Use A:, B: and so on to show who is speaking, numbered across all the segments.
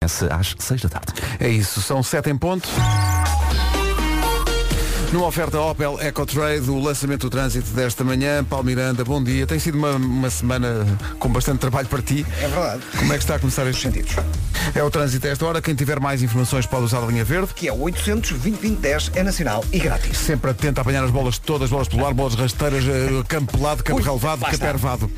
A: Renascença às 6 da tarde.
B: É isso, são 7 em ponto. Numa oferta Opel EcoTrade, o lançamento do trânsito desta manhã. Paulo Miranda, bom dia. Tem sido uma, uma semana com bastante trabalho para ti.
C: É verdade.
B: Como é que está a começar estes sentidos? É o trânsito a esta hora. Quem tiver mais informações pode usar a linha verde.
C: Que é o 800 2010 é nacional e grátis.
B: Sempre atento a apanhar as bolas todas, bolas pelo ar, bolas rasteiras, eh, campo pelado, campo relevado, campo ervado.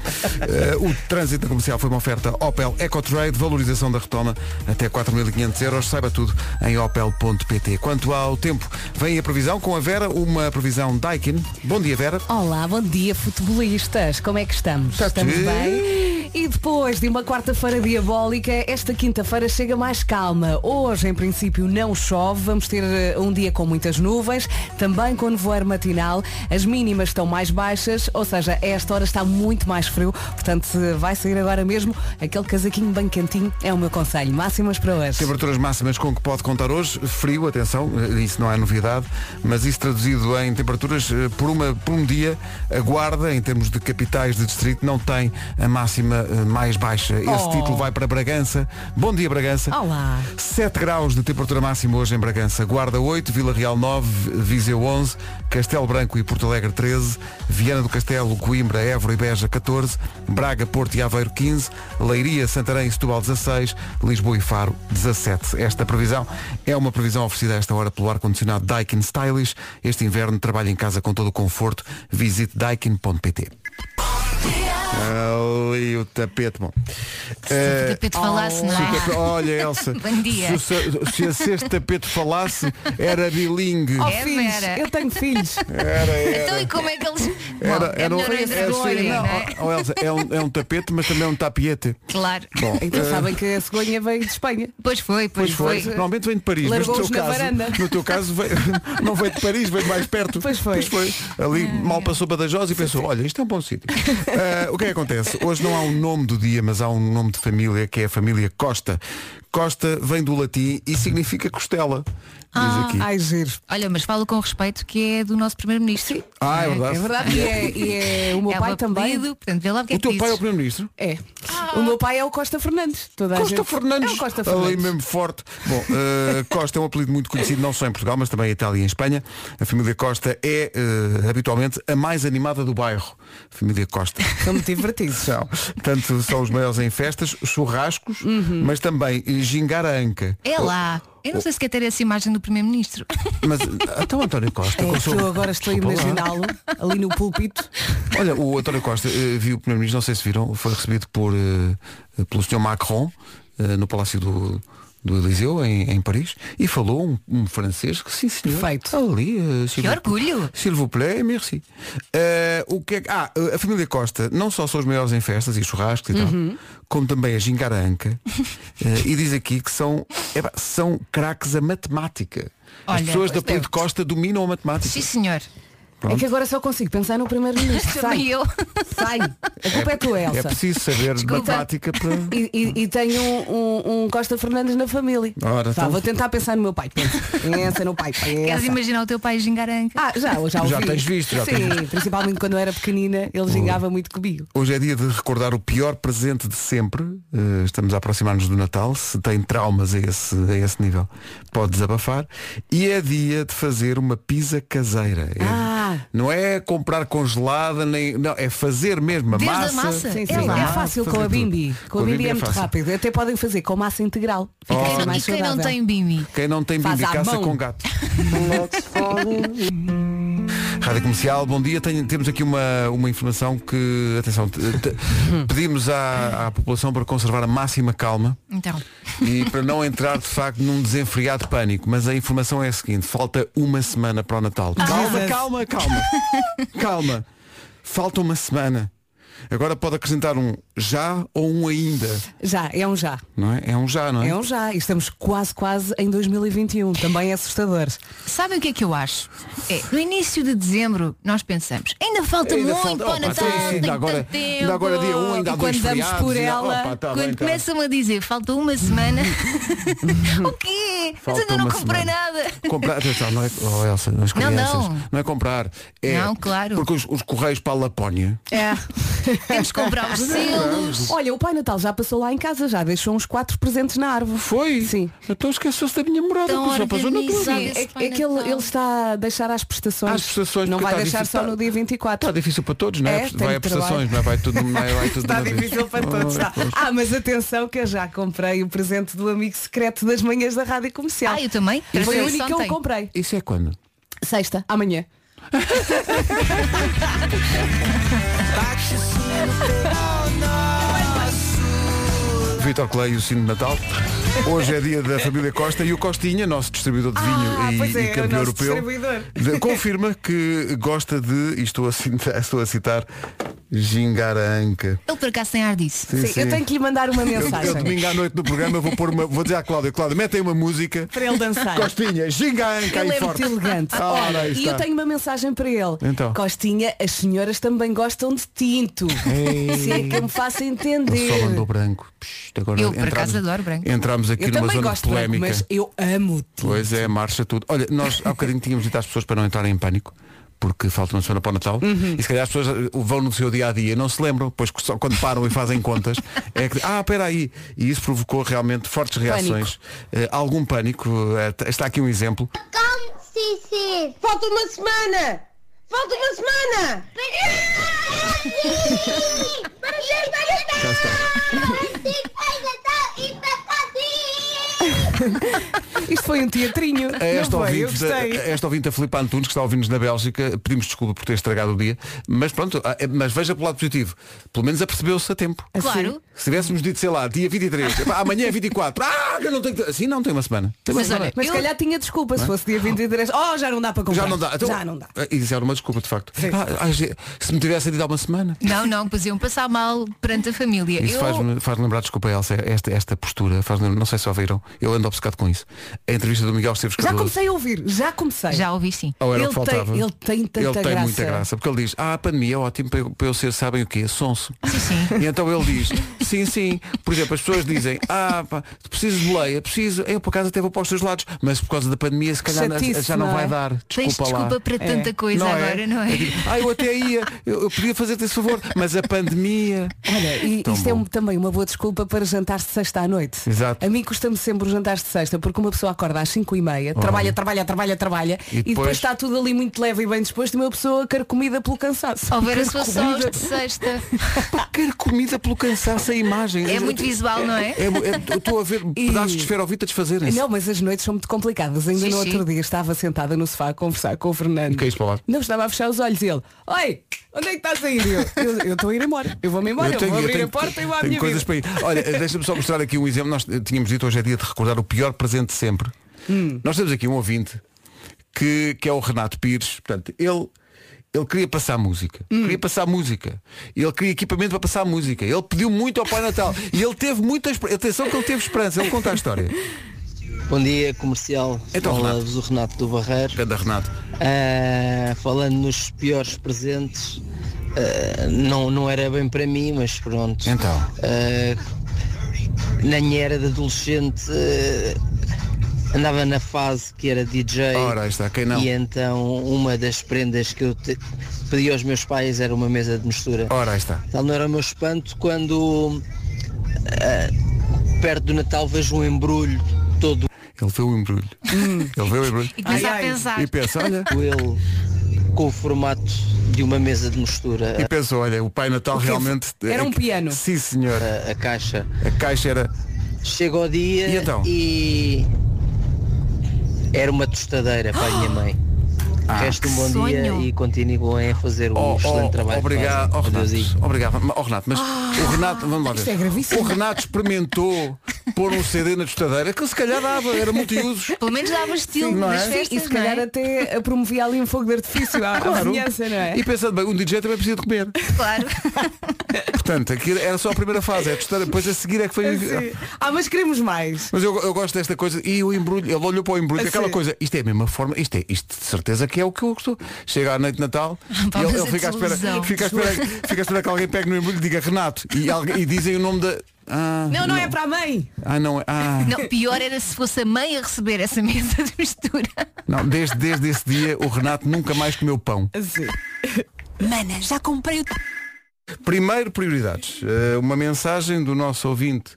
B: Eh, o trânsito comercial foi uma oferta Opel EcoTrade, valorização da retoma até 4.500 euros. Saiba tudo em opel.pt. Quanto ao tempo, vem a previsão com a Vera, uma previsão Daikin. Bom dia, Vera.
D: Olá, bom dia futebolistas. Como é que estamos?
B: Está
D: estamos
B: tudo.
D: bem? E depois de uma quarta-feira diabólica, esta quinta-feira chega mais calma. Hoje, em princípio, não chove. Vamos ter eh, um dia com muitas nuvens, também com nevoeiro matinal. As mínimas estão mais baixas, ou seja, a esta hora está muito mais frio. Portanto, se vai sair agora mesmo, aquele casaquinho bem quentinho é o meu conselho. Máximas para hoje.
B: Temperaturas máximas com que pode contar hoje, frio, atenção, eh, isso não é novidade, mas isso traduzido em temperaturas eh, por, uma, por um dia, a guarda, em termos de capitais de distrito, não tem a máxima eh, mais baixa. Esse
D: Oh.
B: título vai para Bragança. Bom dia, Bragança.
D: Olá.
B: 7 graus de temperatura máxima hoje em Bragança. Guarda 8, Vila Real 9, Viseu 11, Castelo Branco e Porto Alegre 13, Viana do Castelo, Coimbra, Évora e Beja 14, Braga, Porto e Aveiro 15, Leiria, Santarém e Setúbal 16, Lisboa e Faro 17. Esta previsão é uma previsão oferecida a esta hora pelo ar-condicionado Daikin Stylish. Este inverno trabalhe em casa com todo o conforto. Visite daikin.pt. Ali o tapete, bom.
E: Se o
B: Eh,
E: tapete falasse, não
B: se o
E: é?
B: tapete- Olha, Elsa.
E: Bom dia.
B: Se, o- se esse este tapete falasse, era bilingue.
D: Oh,
E: É,
D: filhos,
E: Vera.
D: eu tenho filhos.
E: Então e como é que eles. Bom, é
B: um-
E: melhor
B: era-
E: não
B: era-
E: interromper,
B: não,
E: não é?
B: oh, oh, Elsa, é um, é um tapete, mas também é um tapiete.
E: Claro.
B: Bom,
D: Então
B: eh,
D: sabem que a cegonha veio de Espanha.
E: Pois foi, pois,
B: pois foi.
E: foi.
B: Normalmente vem de Paris, mas no teu,
D: Largou-os na varanda.
B: caso, no teu caso veio- não veio de Paris, veio de mais perto.
D: Pois foi. Ah, é.
B: Ali mal passou Badajoz e pensou, olha, isto é um bom sítio. Eh, o que é que acontece? Hoje não há um nome do dia, mas há um nome de família que é a família Costa. Costa vem do latim e significa costela. diz aqui.
D: Ah, Ai, giro.
E: Olha, mas falo com respeito que é do nosso primeiro-ministro.
B: Ah, é verdade.
D: É verdade. E é, e é o meu
E: É
D: pai
E: apelido,
D: também.
E: Portanto, vê lá o que
B: O
E: é que
B: teu pai é o
E: dizes.
B: primeiro-ministro?
D: É.
E: Ah.
D: O meu pai é o Costa Fernandes. Toda a
B: Costa
D: gente-
B: Fernandes,
D: É o Costa
B: ali
D: Fernandes.
B: mesmo forte. Bom, eh, Costa é um apelido muito conhecido não só em Portugal, mas também em Itália e em Espanha. A família Costa é eh, habitualmente a mais animada do bairro. Família Costa.
D: São muito divertidos.
B: São. Tanto são os maiores em festas, churrascos,
D: Uhum.
B: mas também eh, gingar a anca.
E: É lá. Eu
B: Oh.
E: não sei se quer ter essa imagem do primeiro-ministro.
B: Mas eh, então António Costa,
D: É
B: com o
D: que
B: seu-
D: eu agora estou a
B: Desculpa lá.
D: imaginá-lo ali no púlpito. É
B: Olha, o António Costa eh, viu o Primeiro-Ministro, não sei se viram, foi recebido por, eh, pelo Sr. Macron eh, no Palácio do, do Eliseu, em, em Paris, e falou um, um francês que sim senhor.
D: Perfeito.
B: Ali, eh, s'il
E: Que
B: vous-
E: orgulho.
B: S'il vous plaît, merci. Eh, o que é que- ah, eh, a família Costa não só são os maiores em festas e churrascos e
E: Uhum.
B: tal, como também a gingaranca. eh, e diz aqui que são, epá, são craques a matemática. As
E: Olha,
B: pessoas da
E: pois
B: Pedro Costa dominam a matemática.
E: Sim, senhor.
D: É que agora só consigo pensar no primeiro-ministro.
E: Também
D: Sai.
E: eu.
D: Sai. A culpa é, tua,
B: É
D: Elsa.
B: preciso saber de
E: Desculpa.
B: matemática para.
D: E, e, e tenho um, um- um Costa Fernandes na família.
B: Ora,
D: tá,
B: então-
D: vou tentar pensar no meu pai. Pensa, Pensa no pai.
E: Queres
D: Pensa.
E: imaginar o teu pai gingaranca?
D: Ah, já, já ouvi.
B: Já tens visto, já
D: Sim,
B: tens
D: principalmente quando eu era pequenina, ele gingava muito comigo.
B: Hoje é dia de recordar o pior presente de sempre. Eh, estamos a aproximar-nos do Natal. Se tem traumas a esse, a esse nível, pode desabafar. E é dia de fazer uma pizza caseira. É-
D: Ah.
B: Não é comprar congelada, nem. Não, é fazer mesmo a
E: Desde a
B: massa.
E: massa?
D: Sim,
E: É
D: sim.
E: lá.
D: É fácil
B: Fazer
D: com a
B: tudo.
D: Bimbi. Com a Bimbi é muito
B: fácil.
D: rápido. Até podem fazer com massa integral. Fica assim
E: E
D: mais
E: quem não
D: saudável.
E: tem bimi?
B: Quem não tem
D: Faz
B: bibi
D: à
B: caça
D: mão.
B: com gato. Rádio Comercial, bom dia. Tenho- temos aqui uma, uma informação que, atenção, te- te- pedimos à, à população para conservar a máxima calma
E: Então,
B: e para não entrar de facto num desenfreado pânico. Mas a informação é a seguinte, falta uma semana para o Natal.
F: Ah.
B: Calma, calma, calma. Calma. Falta uma semana. Agora pode acrescentar um já ou um ainda,
D: Já, é um já.
B: não é? É um já, não é?
D: É um já. E estamos quase, quase em 2021. Também é assustador.
E: sabem o que é que eu acho? É, no início de dezembro nós pensamos, ainda falta
B: Ainda
E: muito
B: falta-
E: para o
B: opa,
E: Natal,
B: sim, sim,
E: tem
B: ainda agora-
E: tanto tempo.
B: ainda agora dia um, ainda há
D: E
B: dois
D: quando damos
B: feriados,
D: por
B: ainda-
D: ela,
B: opa, tá
E: Quando
B: bem, tá bem.
E: começam a dizer falta uma semana O quê? quê? Mas
B: Falta
E: ainda não
B: uma
E: comprei
B: semana.
E: nada.
B: Comprar, atenção, não é, oh, Elsa, as
E: Não,
B: crianças, não,
E: não.
B: é comprar. É
E: Não, claro.
B: Porque os, os correios para a Lapónia.
D: É.
E: Temos que comprar
B: É
E: os selos.
D: Olha, o Pai Natal já passou lá em casa, já deixou uns quatro presentes na árvore.
B: Foi?
D: Sim.
B: Então esqueceu-se da minha morada.
E: Tão
B: que só passou na tua.
E: organizado.
D: Sim, é,
E: esse Então Pai
D: é que ele,
E: Natal.
D: ele está a deixar às prestações.
B: Às prestações,
D: Não
B: porque
D: vai
B: está
D: deixar
B: difícil,
D: só
B: está-
D: no dia 24.
B: Está difícil para todos, não é?
D: É, tem
B: vai a
D: muito
B: prestações,
D: trabalho.
B: não é? Vai tudo, não é? Vai tudo de
D: Está
B: uma vez.
D: difícil para todos.
B: Ai,
D: Está.
B: pois.
D: Ah, mas atenção que eu já comprei o presente do amigo secreto das manhãs da Rádio Comercial.
E: Ah, eu também?
D: Foi o
E: Trouxe
D: único que
E: ontem.
D: eu comprei.
B: Isso é quando?
D: Sexta, amanhã.
B: Vitor Clay e o sino de Natal. Hoje é dia da família Costa e o Costinha, nosso distribuidor de vinho
D: Ah,
B: e,
D: pois é,
B: e
D: é o
B: campeão
D: nosso
B: europeu,
D: distribuidor.
B: de- confirma que gosta de, e estou a citar, estou a citar gingaranca.
E: Ele por acaso tem ar disso.
D: Sim, eu tenho que lhe mandar uma
B: Eu- eu,
D: mensagem
B: domingo à noite no programa vou pôr uma, vou dizer à Cláudia, Cláudia, mete aí uma música.
D: para ele dançar.
B: Costinha, gingaranca
D: Ele
B: aí
D: é muito
B: forte.
D: elegante.
B: Ah,
D: Olha,
B: ora, aí
D: e
B: está.
D: eu tenho uma mensagem para ele.
B: Então.
D: Costinha, as senhoras também gostam de tinto.
B: Ei.
D: Se é que me faça
B: Ele só
D: entender.
B: andou branco. Psh, agora
E: Eu, por
B: entramos-
E: acaso, adoro branco.
B: Entramos aqui
D: Eu
B: numa
D: também
B: zona
D: gosto,
B: de polémica.
D: mas eu amo tinto.
B: Pois é, marcha tudo. Olha, nós há bocadinho tínhamos dito às pessoas para não entrarem em pânico, porque falta uma semana para o Natal, e se calhar as pessoas eh, vão no seu dia a dia e não se lembram, pois que só quando param e fazem contas, é que, ah, espera aí. E isso provocou realmente fortes reações, eh, algum pânico. eh, t- está aqui um exemplo.
A: Calme-se, Cici. Falta uma semana! Falta uma semana! Para ser
B: Cá está.
D: Isto foi um teatrinho.
B: A esta,
D: não foi? Eu
B: ouvinte da,
D: gostei.
B: a esta ouvinte, a Filipe Antunes, que está a ouvir-nos na Bélgica, pedimos desculpa por ter estragado o dia, mas pronto, ah, eh, mas veja pelo lado positivo. Pelo menos apercebeu-se a tempo.
D: Ah,
E: Claro.
B: Se tivéssemos dito, sei lá, dia 23, epá, amanhã é 24, ah, eu não tenho. que- Assim não, tem uma semana. Tem uma
E: Mas
B: semana.
E: olha,
D: Mas se
E: Eu-
D: calhar tinha desculpa se fosse dia 23. Oh, já não dá para comprar.
B: é? já não dá. Então,
D: Já não dá.
B: ah, Isso era uma desculpa, de facto. Ah, ah, ge- se me tivesse dito há uma semana.
E: Não, não, pois iam passar mal perante a família.
B: Isso
E: eu...
B: faz-me faz lembrar, desculpa Elsa, esta, esta postura, faz não sei se ouviram, eu ando obcecado com isso. A entrevista do Miguel Esteves
D: Já
B: Cardoso.
D: comecei a ouvir. Já comecei.
E: Já ouvi sim.
B: Ou era o
D: Ele
B: que
D: tem-
B: faltava.
D: ele tem tanta
B: Ele tem
D: graça.
B: muita graça. Porque ele diz, ah, a pandemia é ótimo para eu, para eu ser, sabem o quê? Sonso.
E: Sim, sim.
B: E então ele diz, sim, sim. Por exemplo, as pessoas dizem, ah, pá, preciso de leia, preciso, eu por acaso até vou para os teus lados, mas por causa da pandemia se calhar
D: Chatice,
B: já não,
D: não é?
B: vai dar.
E: Tens
B: Desculpa lá.
E: desculpa para tanta coisa
B: Não é?
E: agora, não é?
B: Eu digo, ah, eu até ia, eu, eu podia fazer-te esse favor, mas a pandemia.
D: Olha, e
B: Tão
D: isto é um-
B: bom.
D: também uma boa desculpa para jantar de sexta à noite.
B: Exato.
D: A mim custa-me sempre os jantares de sexta, porque uma pessoa acorda às 5 e meia, trabalha, trabalha, trabalha, trabalha,
B: Uhum. E
D: e,
B: depois
D: depois está tudo ali muito leve e bem disposto e uma pessoa carcomida pelo cansaço.
E: Houver a sua sorte de sexta.
B: Quer comida pelo cansaço a imagem.
E: É muito visual, não é?
B: É, é- eu estou a ver pedaços de esferovita desfazerem-se.
D: Não, mas as noites são muito complicadas. Ainda
E: Sim,
D: no
E: sim.
D: outro dia estava sentada no sofá a conversar com o Fernando.
B: Que é isso, Paulo?
D: Não estava a fechar os olhos e ele, oi, onde é que estás a ir? Eu, "Eu- eu estou a ir embora. Eu vou-me embora, eu, vou abrir a porta e vou à
B: tenho
D: minha
B: coisas
D: vida.
B: para ir. Olha, deixa-me só mostrar aqui um exemplo. Nós eh, tínhamos dito hoje é dia de recordar o pior presente de sempre.
D: Hum.
B: Nós temos aqui um ouvinte que, que é o Renato Pires. Portanto, ele, ele queria passar música.
D: Hum.
B: Queria passar música. Ele queria equipamento para passar música. Ele pediu muito ao Pai Natal. E ele teve muita esperança. Atenção que ele teve esperança. Ele conta a história.
F: Bom dia, comercial.
B: Então,
F: Fala-vos o Renato do Barreiro.
B: Cada Renato.
F: Ah, falando nos piores presentes, ah, não, não era bem para mim, mas pronto.
B: Então.
F: Ah, na minha era de adolescente, ah, andava na fase que era DJ.
B: Ora, aí está, quem não?
F: E então, uma das prendas que eu te- pedi aos meus pais era uma mesa de mistura.
B: Ora, aí está.
F: Tal não era o meu espanto quando, ah, perto do Natal, vejo um embrulho todo
B: Ele vê o embrulho. Ele vê o embrulho.
E: E começa
D: Ai,
E: a
D: ai.
E: pensar.
B: E pensa, olha,
F: com ele com o formato de uma mesa de mistura.
B: e pensa, olha, o Pai Natal
D: quê?
B: realmente. é
D: Era um piano.
B: Sim, senhor.
F: A, a caixa.
B: A caixa era.
F: Chega o dia
B: E então?
F: e era uma tostadeira para a minha mãe. Resta um
E: que
F: bom
E: sonho.
F: dia e continuem a fazer um
B: Ah. Oh,
F: excelente
B: oh,
F: trabalho. que
B: Obrigado,
F: fazem.
B: oh, Renato,
F: Adeusinho.
B: obrigado. Mas, oh, Renato, mas o Renato, vamos lá ver.
D: isto é gravíssimo.
B: O Renato experimentou pôr um CD na tostadeira que se calhar dava, era multiusos.
E: Pelo menos dava estilo
B: não
E: nas
B: é?
E: festas,
D: E se
E: não é?
D: calhar até a promovia ali um fogo de artifício à, à vizinhança, não é?
B: E pensando bem, um DJ também precisa de comer.
E: Claro.
B: Portanto, aqui era só a primeira fase, é a tostadeira, depois a seguir é que foi.
D: Sim. Ah, mas queremos mais.
B: Mas eu, eu gosto desta coisa e o embrulho, ele olhou para o embrulho,
D: Ah,
B: aquela
D: sim.
B: coisa, isto é a mesma forma, isto é, isto de certeza que é o que eu gosto. Chega à noite de Natal
E: Pá,
B: e ele,
E: mas
B: ele
E: a
B: fica, à espera,
E: desilusão.
B: fica, à espera, fica à espera que alguém pegue no embrulho e diga Renato e, alguém- e dizem o nome da. Ah,
D: Não, não é para a mãe.
B: Ah, não é. Ah.
E: Não, pior era se fosse a mãe a receber essa mesa de mistura.
B: Não, desde, desde esse dia o Renato nunca mais comeu pão.
D: Assim.
G: Mana, já comprei o.
B: Primeiro, prioridades. Eh, uma mensagem do nosso ouvinte.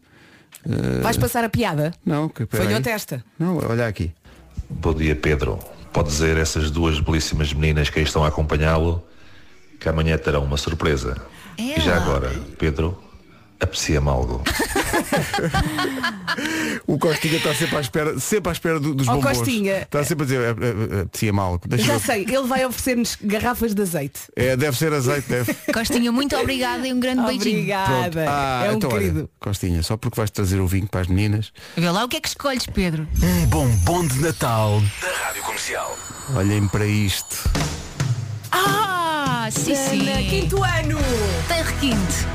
D: Vais passar a piada?
B: Eh, Não, que peraí.
D: Falhou testa.
B: Não, olha aqui.
H: Bom dia, Pedro. Pode dizer a essas duas belíssimas meninas que aí estão a acompanhá-lo que amanhã terão uma surpresa.
I: É.
H: E já agora, Pedro, aprecia-me algo.
B: O Costinha está sempre à espera, sempre à espera do- dos
D: Ó,
B: bombons.
D: Oh, Costinha.
B: Está sempre a dizer, "Eh, eh, eh, apetecia mal. Deixa
D: Já
B: eu-
D: sei, ele vai oferecer-nos garrafas de azeite.
B: É, deve ser azeite, deve.
E: Costinha, muito obrigada e um grande beijinho.
B: Pronto.
D: Obrigada.
B: Ah,
D: é um
B: então, olha,
D: querido.
B: Costinha, só porque vais trazer o vinho para as meninas.
E: Vê lá o que é que escolhes, Pedro.
J: Um bombom de Natal.
B: Olhem para isto.
E: Ah, sim,
D: Ana,
E: sim.
D: quinto ano.
E: Tem requinte.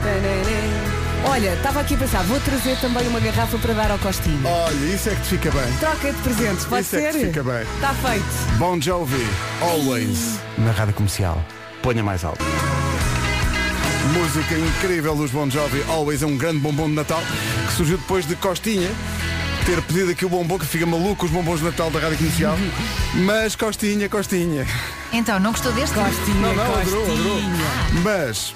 D: Olha, estava aqui a pensar, vou trazer também uma garrafa para dar ao Costinho.
B: Olha, isso é que te fica bem.
D: Troca de presentes, pode
B: Isso é
D: ser?
B: que fica bem.
D: Está feito.
B: Bon Jovi, Always, na Rádio Comercial. Ponha mais alto. Música incrível dos Bon Jovi, Always é um grande bombom de Natal, que surgiu depois de Costinha ter pedido aqui o bombom, que fica maluco os bombons de Natal da Rádio Comercial. Mas Costinha, Costinha.
E: Então, não gostou deste?
B: Não, não, adorou, adorou. Mas...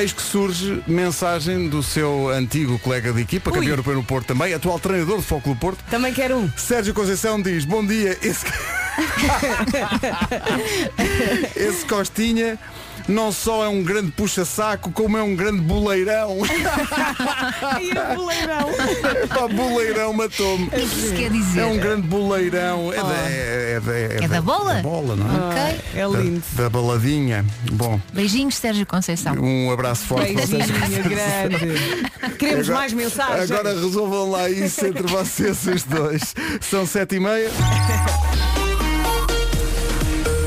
B: Eis que surge mensagem do seu antigo colega de equipa, campeão europeu no Porto também, atual treinador de Foco do Porto,
D: Também quero um.
B: Sérgio Conceição diz, bom dia, esse, esse Costinha não só é um grande puxa-saco, como é um grande boleirão. Epá, boleirão matou-me.
E: O que é que isso quer dizer? Ah.
B: É um grande boleirão. É, da, é, é da- é
E: É da bola?
B: Da bola, não é?
E: Ok.
D: É lindo.
B: Da, da baladinha. Bom,
E: Beijinhos, Sérgio Conceição.
B: um abraço forte para o Sérgio
D: Beijinho
B: é?
D: grande. Queremos mais mensagens.
B: Agora resolvam lá isso entre vocês os dois. São sete e meia.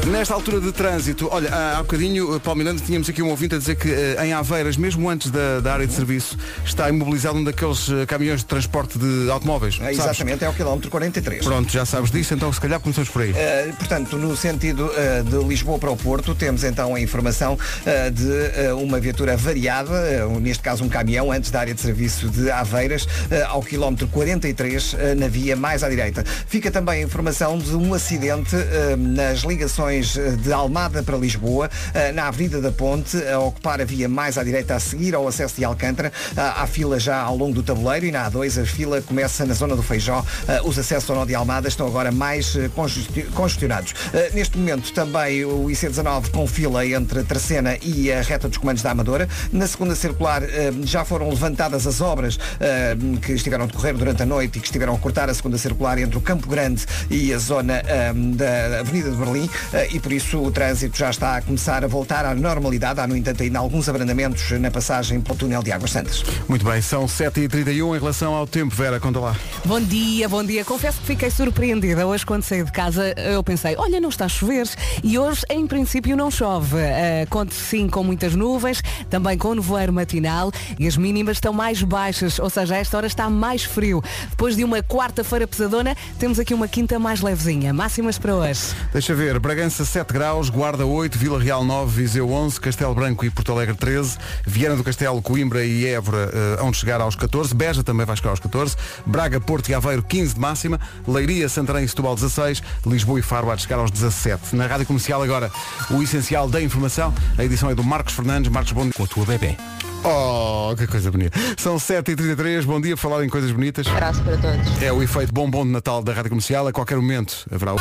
B: Nesta altura de trânsito, olha, há há bocadinho, eh, Paulo Miranda, tínhamos aqui um ouvinte a dizer que eh, em Aveiras, mesmo antes da, da área de serviço, está imobilizado um daqueles eh, caminhões de transporte de automóveis.
C: É,
B: sabes?
C: exatamente, é o quilómetro 43.
B: Pronto, já sabes disso, então se calhar começamos por aí.
C: Uh, portanto, no sentido uh, de Lisboa para o Porto, temos então a informação uh, de uh, uma viatura variada, uh, neste caso um caminhão, antes da área de serviço de Aveiras, uh, ao quilómetro 43, uh, na via mais à direita. Fica também a informação de um acidente uh, nas ligações uh, de Almada para Lisboa, uh, na Avenida da Ponte, a ocupar a via mais à direita a seguir ao acesso de Alcântara. Uh, há fila já ao longo do tabuleiro e na A2 a fila começa na zona do Feijó. Uh, os acessos ao Nó de Almada estão agora mais eh, congesti- congestionados. Eh, Neste momento também o IC19 com fila entre a Terceira e a reta dos comandos da Amadora. Na segunda circular eh, já foram levantadas as obras eh, que estiveram a decorrer durante a noite e que estiveram a cortar a segunda circular entre o Campo Grande e a zona eh, da Avenida de Berlim eh, e por isso o trânsito já está a começar a voltar à normalidade. Há no entanto ainda alguns abrandamentos na passagem pelo túnel de Águas Santas.
B: Muito bem, são 7h31 em relação ao tempo, Vera, conta lá.
D: Bom dia, bom dia. Confesso que fiquei surpreendida hoje quando saí de casa. Eu pensei, olha, não está a chover e hoje em princípio não chove. Ah, conto sim com muitas nuvens, também com nevoeiro matinal e as mínimas estão mais baixas, ou seja, a esta hora está mais frio. Depois de uma quarta-feira pesadona, temos aqui uma quinta mais levezinha. Máximas para hoje.
B: Deixa ver, Bragança 7 graus, Guarda 8, Vila Real 9, Viseu 11, Castelo Branco e Porto Alegre 13, Viana do Castelo, Coimbra e Évora eh, hão de chegar aos 14, Beja também vai chegar aos 14, Braga, Porto e Aveiro 15 de máxima, Leiria, Santarém e Setúbal 16, Lisboa e Faro há de chegar aos 17. Na Rádio Comercial agora, o essencial da informação, a edição é do Marcos Fernandes, Marcos Bom
J: Com a tua bebê.
B: Oh, que coisa bonita. São 7h33, bom dia, falar em coisas bonitas.
A: Abraço para todos.
B: É o efeito bombom de Natal da Rádio Comercial, a qualquer momento haverá o...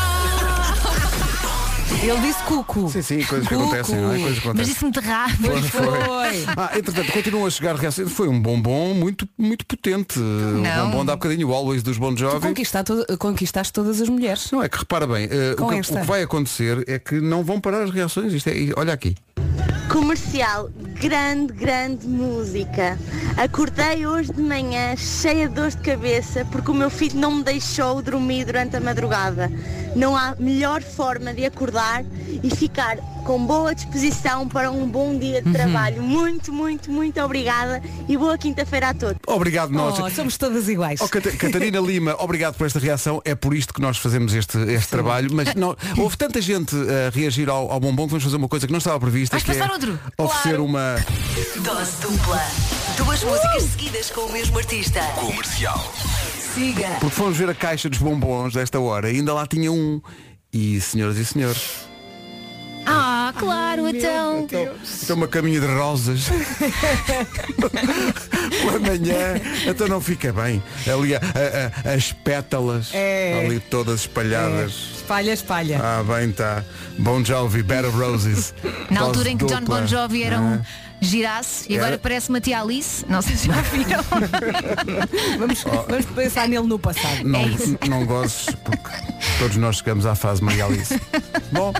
D: Ele disse cuco.
B: Sim, sim, coisas que
D: Cucu.
B: acontecem, não é? Coisas que
E: Mas
B: acontecem.
E: disse muito rápido.
D: Foi.
B: Ah, entretanto, continuam a chegar reações. Foi um bombom muito, muito potente.
E: Não.
B: Um bombom de há bocadinho, o Always dos Bon
D: Tu
B: Jovi.
D: conquista- tu conquistaste todas as mulheres.
B: Não, é que repara bem, eh,
D: Com
B: o, que,
D: esta.
B: o que vai acontecer é que não vão parar as reações. Isto é, e olha aqui.
K: Comercial, grande, grande música. Acordei hoje de manhã cheia de dor de cabeça porque o meu filho não me deixou dormir durante a madrugada. Não há melhor forma de acordar e ficar com boa disposição para um bom dia de
B: Uhum.
K: trabalho. Muito, muito, muito obrigada e boa quinta-feira a todos.
B: Obrigado, nós.
D: Oh, somos todas iguais.
B: Oh, Cata- Catarina Lima, obrigado por esta reação. É por isto que nós fazemos este, este trabalho. Mas não, houve tanta gente a reagir ao, ao bombom que vamos fazer uma coisa que não estava prevista.
G: Vais
B: que
G: passar
B: é
G: outro?
B: Oferecer
G: Claro.
B: uma.
G: Dose dupla. Duas músicas seguidas com o mesmo artista.
J: Comercial.
G: Siga.
B: Porque fomos ver a caixa dos bombons desta hora e ainda lá tinha um. E senhoras e senhores,
E: Ah, claro, então.
B: isto é uma caminha de rosas pela manhã, então não fica bem. Ali a- a- a- as pétalas,
D: É.
B: ali todas espalhadas.
D: Espalha,
E: É.
D: espalha.
B: Ah, bem tá. Bon Jovi, Better Roses.
E: Na
B: Dose
E: altura em que John
B: dupla. né?
E: Bon Jovi era um girasse e agora
B: Era.
E: parece uma tia Alice. Não sei se já viram.
D: Vamos, vamos pensar nele no passado.
B: Não,
E: É isso.
B: não gozes porque todos nós chegamos à fase Maria Alice. Bom,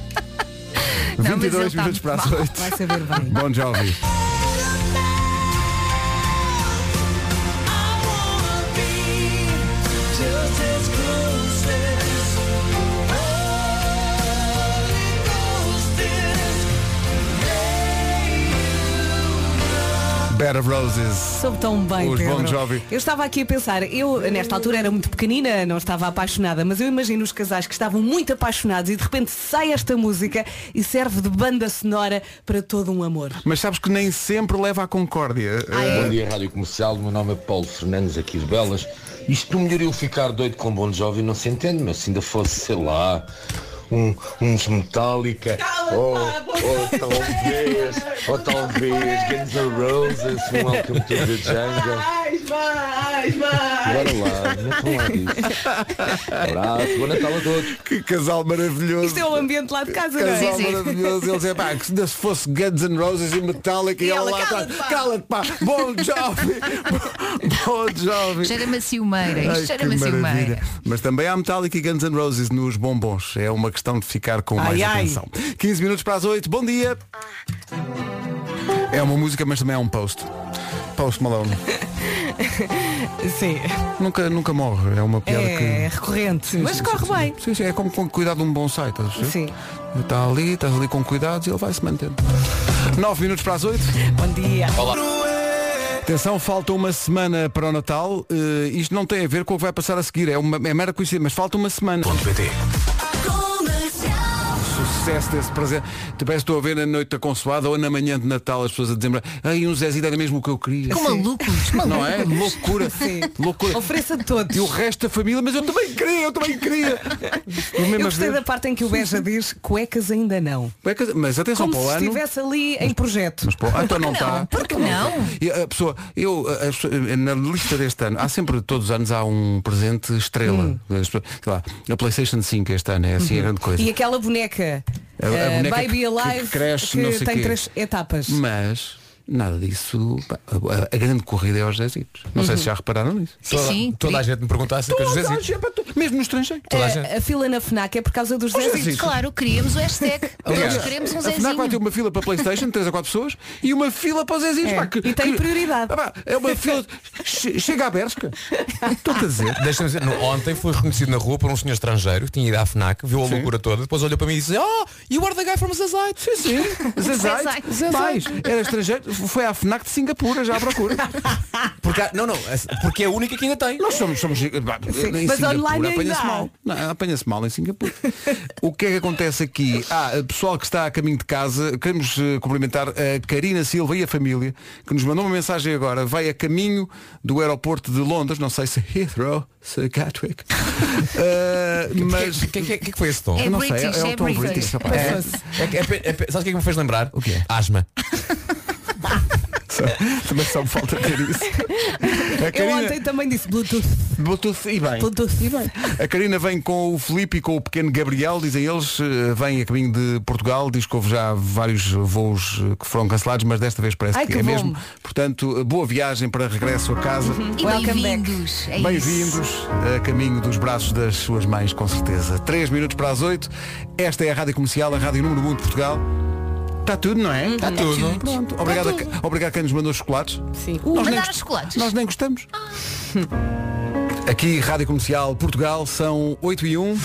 E: mas
B: 22
E: ele tá
B: minutos para as
E: muito mal.
B: 8.
D: Vai saber bem.
B: Bon Jovi. Bed of Roses.
D: Soube tão bem,
B: Os
D: Pedro.
B: Bon Jovi.
D: Eu estava aqui a pensar, eu nesta altura era muito pequenina, não estava apaixonada, mas eu imagino os casais que estavam muito apaixonados e de repente sai esta música e serve de banda sonora para todo um amor.
B: Mas sabes que nem sempre leva à concórdia.
E: Ah, é?
J: eh,
L: Bom dia, Rádio Comercial. O meu nome é Paulo Fernandes, aqui de Belas. Isto do melhor eu ficar doido com Bon Jovi não se entende, mas se ainda fosse, sei lá, um, uns Metallica, ou, ou talvez, ou talvez Guns N' Roses, um Welcome to the Jungle.
A: Mais, mais,
L: Bora lá, não estão lá disso. Abraço, bom Natal a todos.
B: Que casal maravilhoso.
D: Isto é o ambiente lá de casa, não é?
B: Casal maravilhoso, eles é pá, que se ainda se fosse Guns N' Roses e Metallica e,
D: E ela,
B: ela lá atrás,
D: "Cala-te, pá."
B: cala-te pá, bom jovem, bom Oh, jovem.
E: Cheira-me a ciumeira.
B: Ai,
E: Isto
B: que
E: cheira-me a
D: assim
E: ciumeira.
B: maravilha. Mas também há Metallica e Guns N' Roses nos bombons. É uma questão de ficar com mais
D: Ai, ai.
B: atenção. 15 minutos para as 8, bom dia. É uma música, mas também é um post. Post Malone.
D: Sim,
B: Nunca, nunca morre. É uma piada que.
D: é recorrente, mas
B: sim,
D: corre
B: sim,
D: bem.
B: Sim, sim, é como com cuidado de um bonsai, estás a perceber?
D: Sim.
B: Está ali, estás ali com cuidados e ele vai se mantendo. 9 minutos para as 8.
D: Bom dia.
B: Atenção, falta uma semana para o Natal. Eh, isto não tem a ver com o que vai passar a seguir. É, uma, é mera coincidência, mas falta uma semana.
J: .pt
B: Sucesso desse presente. Te parece que estou a ver na noite da consoada ou na manhã de Natal as pessoas a dizer Ai, um Zezito era mesmo o que eu
D: É
B: queria.
D: um
E: Com malucos, malucos.
B: Não é? Loucura.
D: Sim.
B: Loucura.
D: Ofereça a todos.
B: E o resto da família, mas eu também queria, eu também queria. No
D: Eu
B: mesmo às
D: gostei
B: vezes.
D: da parte em que o Beja diz cuecas ainda não.
B: Bem, quer dizer, É Mas atenção
D: Como
B: para o
D: se
B: ano.
D: estivesse ali em projeto.
B: Mas pô, ah, então não
E: Não,
B: está.
E: porque não?
B: E a pessoa, eu, a- a pessoa- na lista deste ano, há sempre, todos os anos, há um presente estrela. As pessoas- Sei lá, a PlayStation 5 este ano é assim a grande coisa.
D: Hum. E aquela boneca,
B: A- a
D: eh,
B: boneca
D: Baby
B: que-
D: Alive,
B: que cresce, não sei
D: tem
B: quê.
D: três etapas.
B: Mas nada disso. pá, A, a- a grande corrida é aos Zezitos. Não
D: Uhum.
B: sei se já repararam nisso.
E: Sim, sim.
J: Toda a gente me pergunta acerca dos
B: Toda a
J: Zezitos.
B: gente, pá, to- Mesmo no estrangeiro.
J: Toda a gente.
D: A, a fila na FNAC é por causa dos
E: Sim,
D: Zezitos.
E: Claro, queríamos o hashtag.
J: Aliás,
E: Todos queremos um
B: A FNAC vai ter
E: Zezinho.
B: uma fila para a Playstation, 3 a 4 pessoas, e uma fila para os Zezitos.
D: É,
B: pá, que-
D: e tem
B: que-
D: prioridade.
B: Ah, pá, é uma fila. che- Chega à Bershka. Estou-te a dizer.
J: Deixa-me dizer, no- ontem fui reconhecido na rua por um senhor estrangeiro que tinha ido à FNAC, viu a loucura toda, depois olhou para mim e disse, oh, you are the guy from Zezite.
B: Sim, sim. Zezite.
E: Zezite.
B: Mais. Era estrangeiro. Foi à FNAC de Singapura já à procura.
J: Porque, há- não, não, porque é a única que ainda tem.
B: Nós somos. somos eh, bah, em
D: mas
B: Singapura
D: online ainda
B: apanha-se
D: há.
B: mal. Não, apanha-se mal em Singapura. o que é que acontece aqui? Ah, pessoal que está a caminho de casa, queremos eh, cumprimentar a Karina Silva e a família, que nos mandou uma mensagem agora. Vai a caminho do aeroporto de Londres, não sei se é Heathrow, se Gatwick. Eh, mas.
J: O que, que- que- que foi esse tom?
E: É
B: não sei,
E: British,
B: é,
E: é
B: o tom
E: British.
B: British. rapaz.
J: É, é, que- é, pe- é, pe- sabes o que é que me fez lembrar? O quê? Asma.
B: Também só me falta ter isso. A
D: Eu
B: Karina-
D: ontem também disse Bluetooth,
B: Bluetooth e bem.
D: Bluetooth. E bem.
B: A Karina vem com o Felipe e com o pequeno Gabriel, dizem eles, eh, vem a caminho de Portugal, diz que houve já vários voos eh, que foram cancelados, mas desta vez parece
D: Ai,
B: que,
D: que
B: é
D: bom.
B: mesmo. Portanto, eh, boa viagem para regresso a casa.
E: E
D: Welcome
E: bem-vindos. Uhum. É isso.
B: Bem-vindos a caminho dos braços das suas mães, com certeza. Três minutos para as oito. Esta é a Rádio Comercial, a Rádio Número 1 de Portugal. Está tudo, não é? Está
J: tudo.
B: Pronto. Obrigado, a, obrigado a quem nos mandou chocolates.
D: Sim.
B: Nós nem
E: Mandaram
B: gost-
E: chocolates. Ah,
B: Nós nem gostamos. Aqui, Rádio Comercial Portugal, são 8 e 1.
G: Boas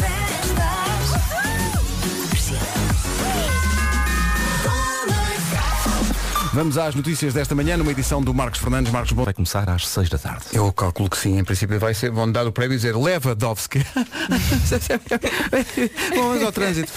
G: festas. Comercial.
B: Vamos às notícias desta manhã, numa edição do Marcos Fernandes. Marcos Bom. Vai começar às 6 da tarde. Eu calculo que sim, em princípio vai ser, vão dar o prémio e dizer leva Dovski. Vamos ao trânsito.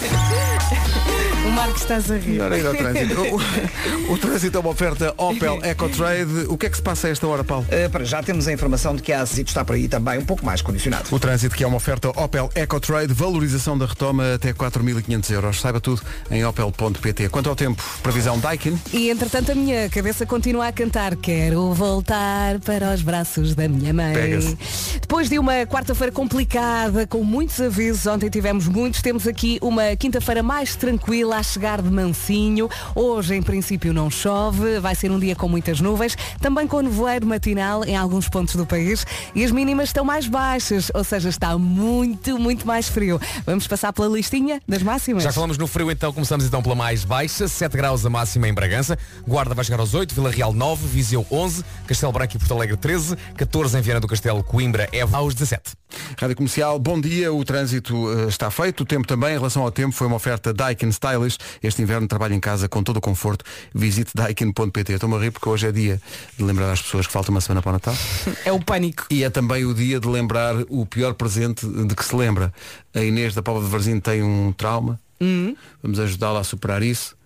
D: O Marcos estás a rir.
B: Melhor ir ao trânsito. O, o- o trânsito é uma oferta Opel EcoTrade. O que é que se passa a esta hora, Paulo?
C: Eh, para já temos a informação de que a ASIC está por aí também um pouco mais condicionado.
B: O trânsito que é uma oferta Opel EcoTrade, valorização da retoma até 4.500 euros. Saiba tudo em opel.pt. Quanto ao tempo, previsão Daikin.
D: E entretanto a minha cabeça continua a cantar Quero voltar para os braços da minha mãe
B: Pega-se.
D: Depois de uma quarta-feira complicada Com muitos avisos, ontem tivemos muitos Temos aqui uma quinta-feira mais tranquila A chegar de mansinho Hoje em princípio não chove Vai ser um dia com muitas nuvens Também com nevoeiro matinal em alguns pontos do país E as mínimas estão mais baixas Ou seja, está muito, muito mais frio Vamos passar pela listinha das máximas
J: Já falamos no frio, então começamos então pela mais baixa, 7 graus a máxima em Bragança, Guarda vai chegar aos 8, Vila Real 9, Viseu 11, Castelo Branco e Porto Alegre 13, 14 em Viana do Castelo, Coimbra, Évora aos 17.
B: Rádio Comercial, bom dia. O trânsito eh, está feito. O tempo também, em relação ao tempo, foi uma oferta Daikin Stylish. Este inverno trabalha em casa com todo o conforto. Visite daikin.pt. Eu Estou-me a rir porque hoje é dia de lembrar às pessoas que falta uma semana para o Natal.
D: É o pânico.
B: E é também o dia de lembrar o pior presente de que se lembra. A Inês da Póvoa de Varzim tem um trauma.
D: Hum.
B: Vamos ajudá-la a superar isso.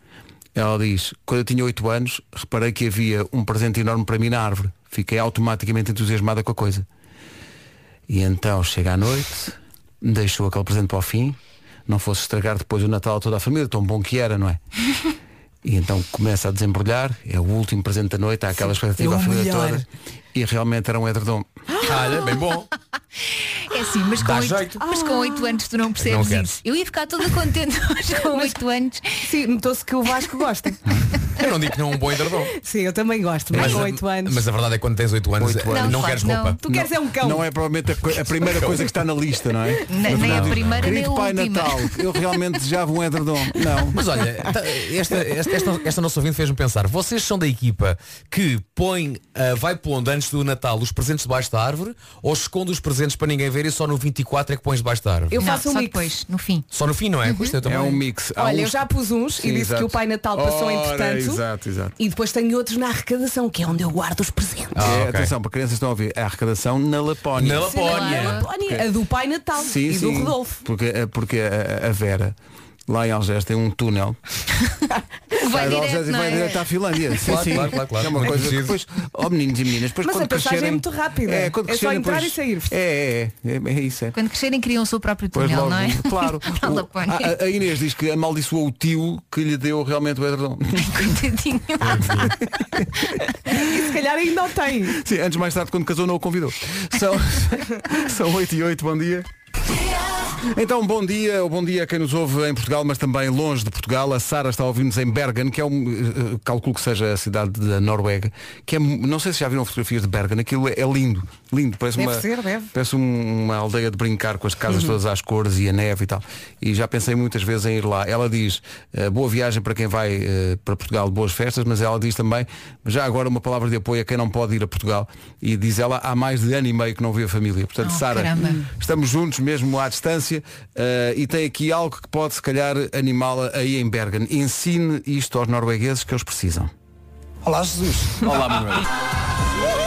B: Ela diz, quando eu tinha 8 anos, reparei que havia um presente enorme para mim na árvore. Fiquei automaticamente entusiasmada com a coisa. E então chega à noite, deixou aquele presente para o fim, não fosse estragar depois o Natal a toda a família, tão bom que era, não é? E então começa a desembrulhar, é o último presente da noite, há aquela expectativa
E: é
B: à
E: o
B: família
E: melhor. Ah,
B: toda. E realmente era um edredom. Olha, bem bom.
E: É assim, mas com,
B: Dá
E: oito,
B: jeito.
E: mas com oito anos tu não percebes
B: Não quero.
E: isso. Eu ia ficar toda contente hoje com oito anos.
D: Sim, notou-se que o Vasco gosta.
J: Eu não digo que não é um bom hidradão.
D: Sim, eu também gosto, mas com 8 anos.
J: Mas a verdade é que quando tens 8 anos,
B: Oito
J: eh,
B: anos.
J: não, queres roupa. É um
D: Tu queres é um cão.
B: Não é provavelmente a, co- a primeira coisa que está na lista, não é?
J: Nem- nem a
B: Não.
J: primeira, nem
B: Querido
J: a
B: Pai
J: última.
B: Natal, eu realmente desejava um edredom. Não.
J: Mas olha, ta- esta, esta, esta, esta nossa ouvinte fez-me pensar, vocês são da equipa que põe, ah, vai pondo antes do Natal os presentes debaixo da árvore ou esconde os presentes para ninguém ver e só no 24 é que pões debaixo da árvore?
D: Eu faço um
E: só
D: mix. Uhum.
E: depois, no fim. Uhum.
J: Só no fim, não é? Pois, eu também.
B: É um mix. Há
D: Olha,
B: uns-
D: eu já pus uns
B: Sim,
D: e disse
B: exato.
D: que o Pai Natal passou
B: Ora,
D: entretanto.
B: Exato, exato.
D: é E depois tenho outros na arrecadação, que é onde eu guardo os presentes.
B: É, Atenção, para crianças que estão a ouvir, é a arrecadação na Lapónia.
D: Sim, é? na Lapónia,
B: Ok.
D: A do Pai Natal
B: Sim,
D: e
B: sim,
D: do Rodolfo.
B: Porque, eh, porque a, a Vera, lá em Algés, tem um túnel.
D: vai
B: Sai de
D: direto,
B: Algés e
D: não
B: vai
D: Ah, é?
B: direto à Finlândia. Sim,
J: Claro,
B: sim.
J: claro, claro, claro.
B: É uma
J: Bem
B: coisa que
J: conhecido.
B: depois, ó meninos e meninas, depois
D: Mas
B: quando
D: a passagem
B: crescerem,
D: é muito rápida.
B: É, quando
D: É só
B: crescerem,
D: entrar
B: depois-
D: e sair.
B: É, é, é, é isso. É.
E: Quando crescerem criam o seu próprio
B: Pois
E: túnel,
B: logo,
E: não é?
B: Claro.
E: Na
B: O- Ah,
E: Lapónia.
B: a, a Inês diz que amaldiçoou o tio que lhe deu realmente o edredom.
E: Coitadinho.
D: E se calhar ainda o tem.
B: Sim, antes mais tarde, quando casou, não o convidou. São, são 8 e 8, bom dia. Então, bom dia, ou bom dia a quem nos ouve em Portugal, mas também longe de Portugal. A Sara está a ouvir-nos em Bergen, que é um, eh, eh, calculo que seja a cidade da Noruega, que é, mu- não sei se já viram fotografias de Bergen, aquilo é, é lindo, lindo, parece
D: Deve
B: uma,
D: ser, deve.
B: parece um- uma aldeia de brincar com as casas
E: Uhum.
B: todas às cores e a neve e tal. E já pensei muitas vezes em ir lá. Ela diz, eh, boa viagem para quem vai eh, para Portugal, boas festas, mas ela diz também, já agora uma palavra de apoio a quem não pode ir a Portugal. E diz ela, há mais de ano e meio que não vê a família. Portanto,
E: Oh,
B: Sara,
E: caramba.
B: estamos juntos mesmo à distância eh, e tem aqui algo que pode, se calhar, animá-la aí em Bergen. Ensine isto aos noruegueses que eles precisam.
M: Olá Jesus. Olá Manuel.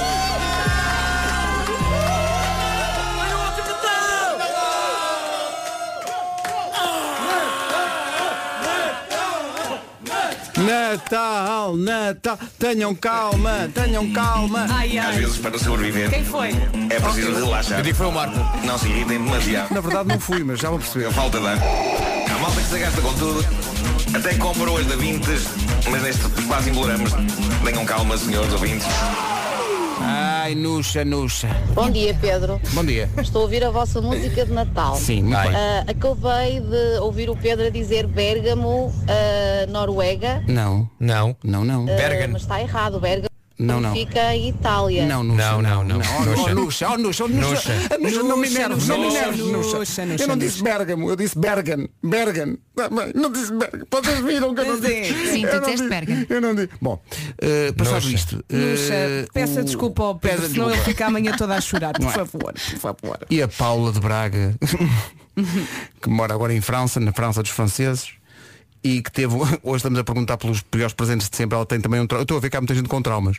B: Natal, Natal, tenham calma, tenham calma.
M: Às vezes, para sobreviver,
D: Quem foi?
M: é preciso relaxar. Eu digo que foi o Marco. Não se irritem demasiado.
B: Na verdade não fui, mas já vão perceber.
M: Falta de ar. Há malta que se gasta com tudo. Até compra hoje da Vintes, mas neste quase embolamos. Tenham calma, senhores ouvintes.
B: Ai, Nuxa, Nuxa.
N: Bom dia, Pedro.
B: Bom dia.
N: Estou a ouvir a vossa música de Natal.
B: Sim, muito bem.
N: Ah, acabei de ouvir o Pedro a dizer Bérgamo, ah, Noruega.
B: Não.
J: Não.
B: Não, não.
N: Ah, mas está errado, Bérgamo.
B: Não, não.
N: Fica em Itália.
B: Não, Nuxa. Não, não, não. Oh,
J: Nuxa.
B: Nuxa, oh, Nuxa, oh, Nuxa.
J: Nuxa.
B: Ah, Nuxa, não me
J: Nuxa,
B: enerves, não me
J: Nuxa,
B: enerves,
J: Nuxa.
B: Nuxa.
J: Nuxa,
B: Eu não
J: Nuxa.
B: disse Bergamo, eu disse Bergen. Bergen. Ah, bem, Não disse Bergamo. Vocês viram que eu não
D: é.
B: disse.
E: Sim, tu
B: Eu não
E: disseste
B: disse-
E: Bergamo.
B: Eu não disse. Bom, eh, passado
J: Nuxa.
B: isto. eh,
D: Nuxa, peça
B: o-
D: desculpa ao Pedro,
B: Peça
D: senão ele
B: desculpa.
D: fica amanhã toda a chorar, por
B: Não é?
D: favor, por favor.
B: E a Paula de Braga, que mora agora em França, na França dos franceses, e que teve, hoje estamos a perguntar pelos piores presentes de sempre, ela tem também um trauma. Eu Estou a ver que há muita gente com traumas.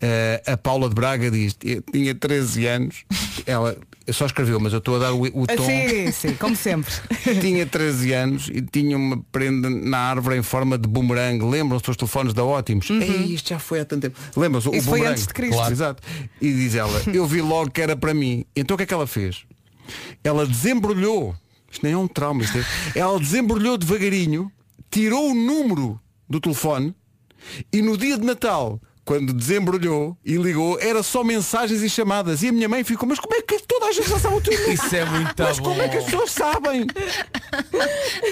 B: Eh, a Paula de Braga diz, "Eu tinha 13 anos, ela só escreveu, mas eu estou a dar o, o
D: Ah,
B: tom.
D: Sim, sim, como sempre.
B: Tinha 13 anos e tinha uma prenda na árvore em forma de bumerangue. Lembram-se dos telefones da Ótimos? Ei, isto já foi há tanto tempo. Lembram-se? O
D: Isso foi
B: bumerangue.
D: antes de Cristo. Claro.
B: Exato. E diz ela, eu vi logo que era para mim. Então o que é que ela fez? Ela desembrulhou. Isto nem é um trauma. Isto é... Ela desembrulhou devagarinho, tirou o número do telefone e no dia de Natal, quando desembrulhou e ligou, era só mensagens e chamadas. E a minha mãe ficou, mas como é que toda a gente já sabe o teu número?
J: Isso é muito
B: Mas como é que as
J: bom.
B: pessoas sabem?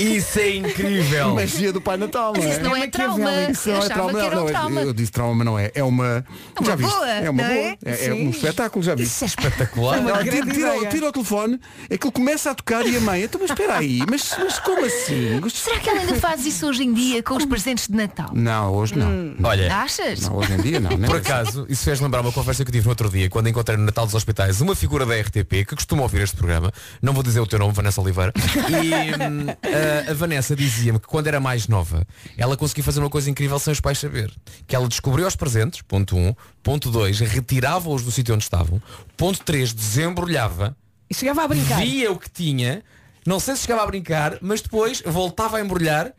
J: Isso é incrível.
B: Magia do Pai Natal, não
E: Mas
B: é?
E: isso não é trauma.
B: Isso não
E: Eu
B: é
E: achava
B: trauma.
E: que era um
B: Não, é-
E: trauma.
B: Eu disse trauma, mas não é. É uma.
E: É uma
B: já viste?
E: boa,
B: é uma
E: não
B: boa.
E: é?
B: É, é
E: Sim.
B: um espetáculo, já viste?
J: Isso é espetacular.
B: Ela
J: Uma
B: tira,
J: grande
B: tira-
J: ideia.
B: tira o telefone, aquilo começa a tocar e a mãe, então mas espera aí, mas, mas como assim?
E: Será que ela ainda faz isso hoje em dia com os presentes de Natal?
B: Não, hoje não.
J: Olha.
E: Achas?
B: né?
J: Por acaso, isso fez lembrar uma conversa que eu tive no outro dia, quando encontrei no Natal dos Hospitais uma figura da RTP que costuma ouvir este programa. Não vou dizer o teu nome, Vanessa Oliveira. E hum, a, a Vanessa dizia-me que quando era mais nova, ela conseguia fazer uma coisa incrível sem os pais saber. Que ela descobriu os presentes, ponto 1. Um, ponto 2, retirava-os do sítio onde estavam. Ponto 3, desembrulhava.
D: E chegava a brincar.
J: Via o que tinha. Não sei se chegava a brincar, mas depois voltava a embrulhar,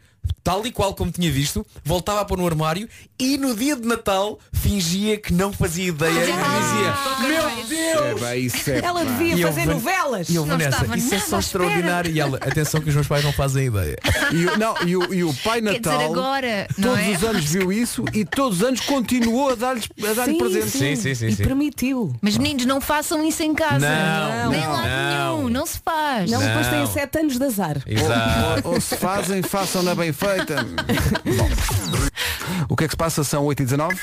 J: tal e qual como tinha visto, voltava a pôr no armário e no dia de Natal fingia que não fazia ideia e dizia, meu Deus!
B: É, bem, isso é,
D: Ah, Ela
J: pá.
D: devia
J: E eu,
D: fazer
J: Van-
D: novelas.
J: E eu, Vanessa, isso é só extraordinário. E ela, atenção que os meus pais não fazem ideia.
B: E o, não, e o, e o Pai
E: Quer dizer,
B: Natal
E: agora, não
B: todos
E: é?
B: os anos viu isso e todos os anos continuou a dar-lhe a dar
E: Sim,
B: presentes.
E: sim. Sim, sim, sim, E sim.
D: permitiu.
E: Mas meninos, não façam isso em casa.
B: Não,
E: Nem
B: não,
E: lado
B: não.
E: nenhum. Não se faz.
D: Não, depois
B: Não.
D: tem 7 anos de azar.
B: Ou, ou- ou se fazem, façam-na bem feita. Bom, o que é que se passa? São 8 e 19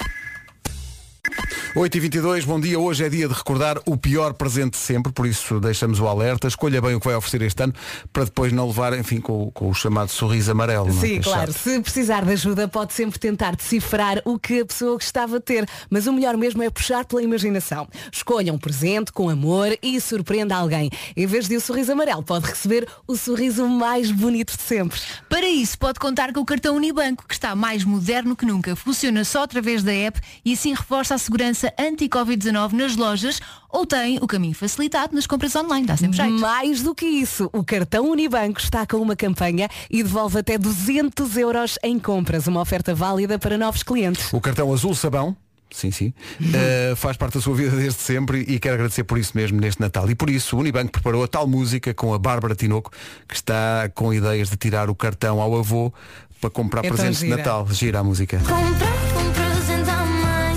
B: 8 e 22 bom dia. Hoje é dia de recordar o pior presente de sempre, por isso deixamos o alerta. Escolha bem o que vai oferecer este ano, para depois não levar, enfim, com, com o chamado sorriso amarelo. não é? Que
D: Sim,
B: é
D: claro.
B: chato.
D: Se precisar de ajuda, pode sempre tentar decifrar o que a pessoa gostava de ter. Mas o melhor mesmo é puxar pela imaginação. Escolha um presente com amor e surpreenda alguém. Em vez de o sorriso amarelo, pode receber o sorriso mais bonito de sempre.
E: Para isso, pode contar com o cartão Unibanco, que está mais moderno que nunca. Funciona só através da app e assim reforça a segurança anti-Covid-19 nas lojas ou tem o caminho facilitado nas compras online. Dá sempre jeito.
D: Mais do que isso, o cartão Unibanco está com uma campanha e devolve até 200 euros em compras. Uma oferta válida para novos clientes.
B: O cartão azul sabão. Sim, sim. eh, faz parte da sua vida desde sempre e quero agradecer por isso mesmo neste Natal. E por isso o Unibanco preparou a tal música com a Bárbara Tinoco, que está com ideias de tirar o cartão ao avô para comprar
I: Então
B: presentes de
I: gira.
B: Natal. Gira a música.
I: Comprar um presente à mãe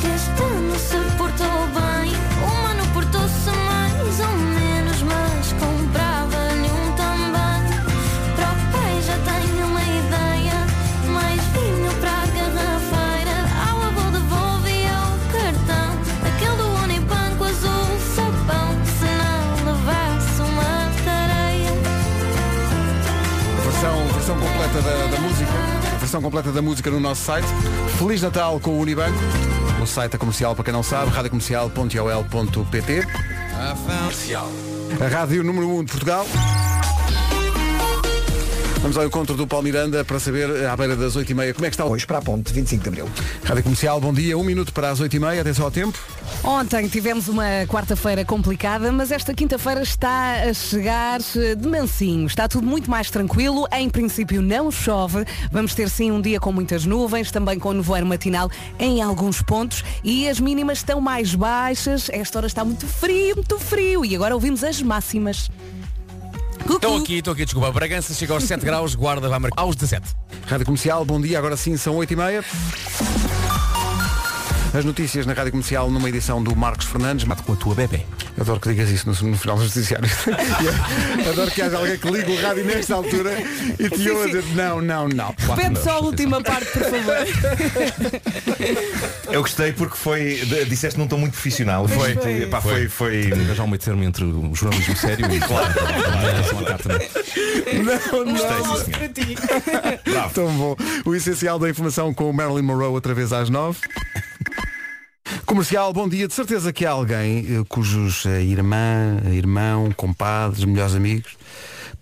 I: Que este ano se portou bem Um ano portou-se mais ou menos Mas comprava-lhe um também Para o pai já tenho uma ideia Mais vinho para a garrafeira Ao avô devolvia o cartão Aquele do Unibanco azul sabão Se não levasse uma tareia
B: Versão, versão completa da, da música. Versão completa da música no nosso site. Feliz Natal com o Unibanco. O site é comercial para quem não sabe, radiocomercial.ol.pt. Comercial. A rádio número 1 um de Portugal. Vamos ao encontro do Paulo Miranda para saber, à beira das 8h30, como é que está o... Hoje
C: para a ponte, 25 de Abril.
B: Rádio Comercial, bom dia. Um minuto para as 8h30, atenção ao tempo.
D: Ontem tivemos uma quarta-feira complicada, mas esta quinta-feira está a chegar eh, de mansinho. Está tudo muito mais tranquilo. Em princípio não chove. Vamos ter sim um dia com muitas nuvens, também com nevoeiro matinal em alguns pontos e as mínimas estão mais baixas. Esta hora está muito frio, muito frio. E agora ouvimos as máximas.
J: Estou aqui, estou aqui, desculpa. Bragança chega aos 7 graus, guarda vai marcar aos 17.
B: Rádio Comercial, bom dia. Agora sim, são 8h30. As notícias na Rádio Comercial numa edição do Marcos Fernandes. Mate com a tua bebê. Adoro que digas isso no, no final dos noticiários. E Adoro que haja alguém que liga o rádio nesta altura e te ouve dizer não, não, não.
D: Repete só a última parte, por favor.
M: Eu gostei porque foi. de- Disseste num tom muito profissional.
O: Foi.
M: Muito, pá, foi. foi,
O: Mas há um meio termo entre o jornalismo sério e claro.
B: Não, não. Tão bom. O essencial da informação com o Marilyn Monroe outra vez às 9. Comercial, bom dia. De certeza que há alguém eh, cujos eh, irmã, irmão, compadres, melhores amigos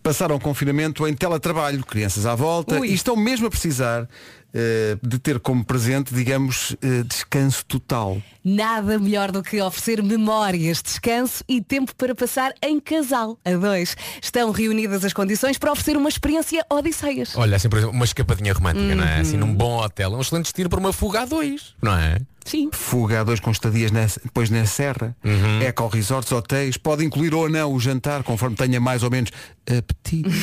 B: passaram o confinamento em teletrabalho, crianças à volta, e estão mesmo a precisar eh, de ter como presente, digamos, eh, descanso total.
D: Nada melhor do que oferecer memórias, descanso e tempo para passar em casal a dois. Estão reunidas as condições para oferecer uma experiência Odisseias.
J: Olha, assim, por exemplo, uma escapadinha romântica, não é? Assim, num bom hotel. É um excelente destino para uma fuga a dois, não é?
D: Sim.
B: Fuga a dois com estadias na- depois na serra, eco resorts, hotéis, pode incluir ou não o jantar, conforme tenha mais ou menos apetite.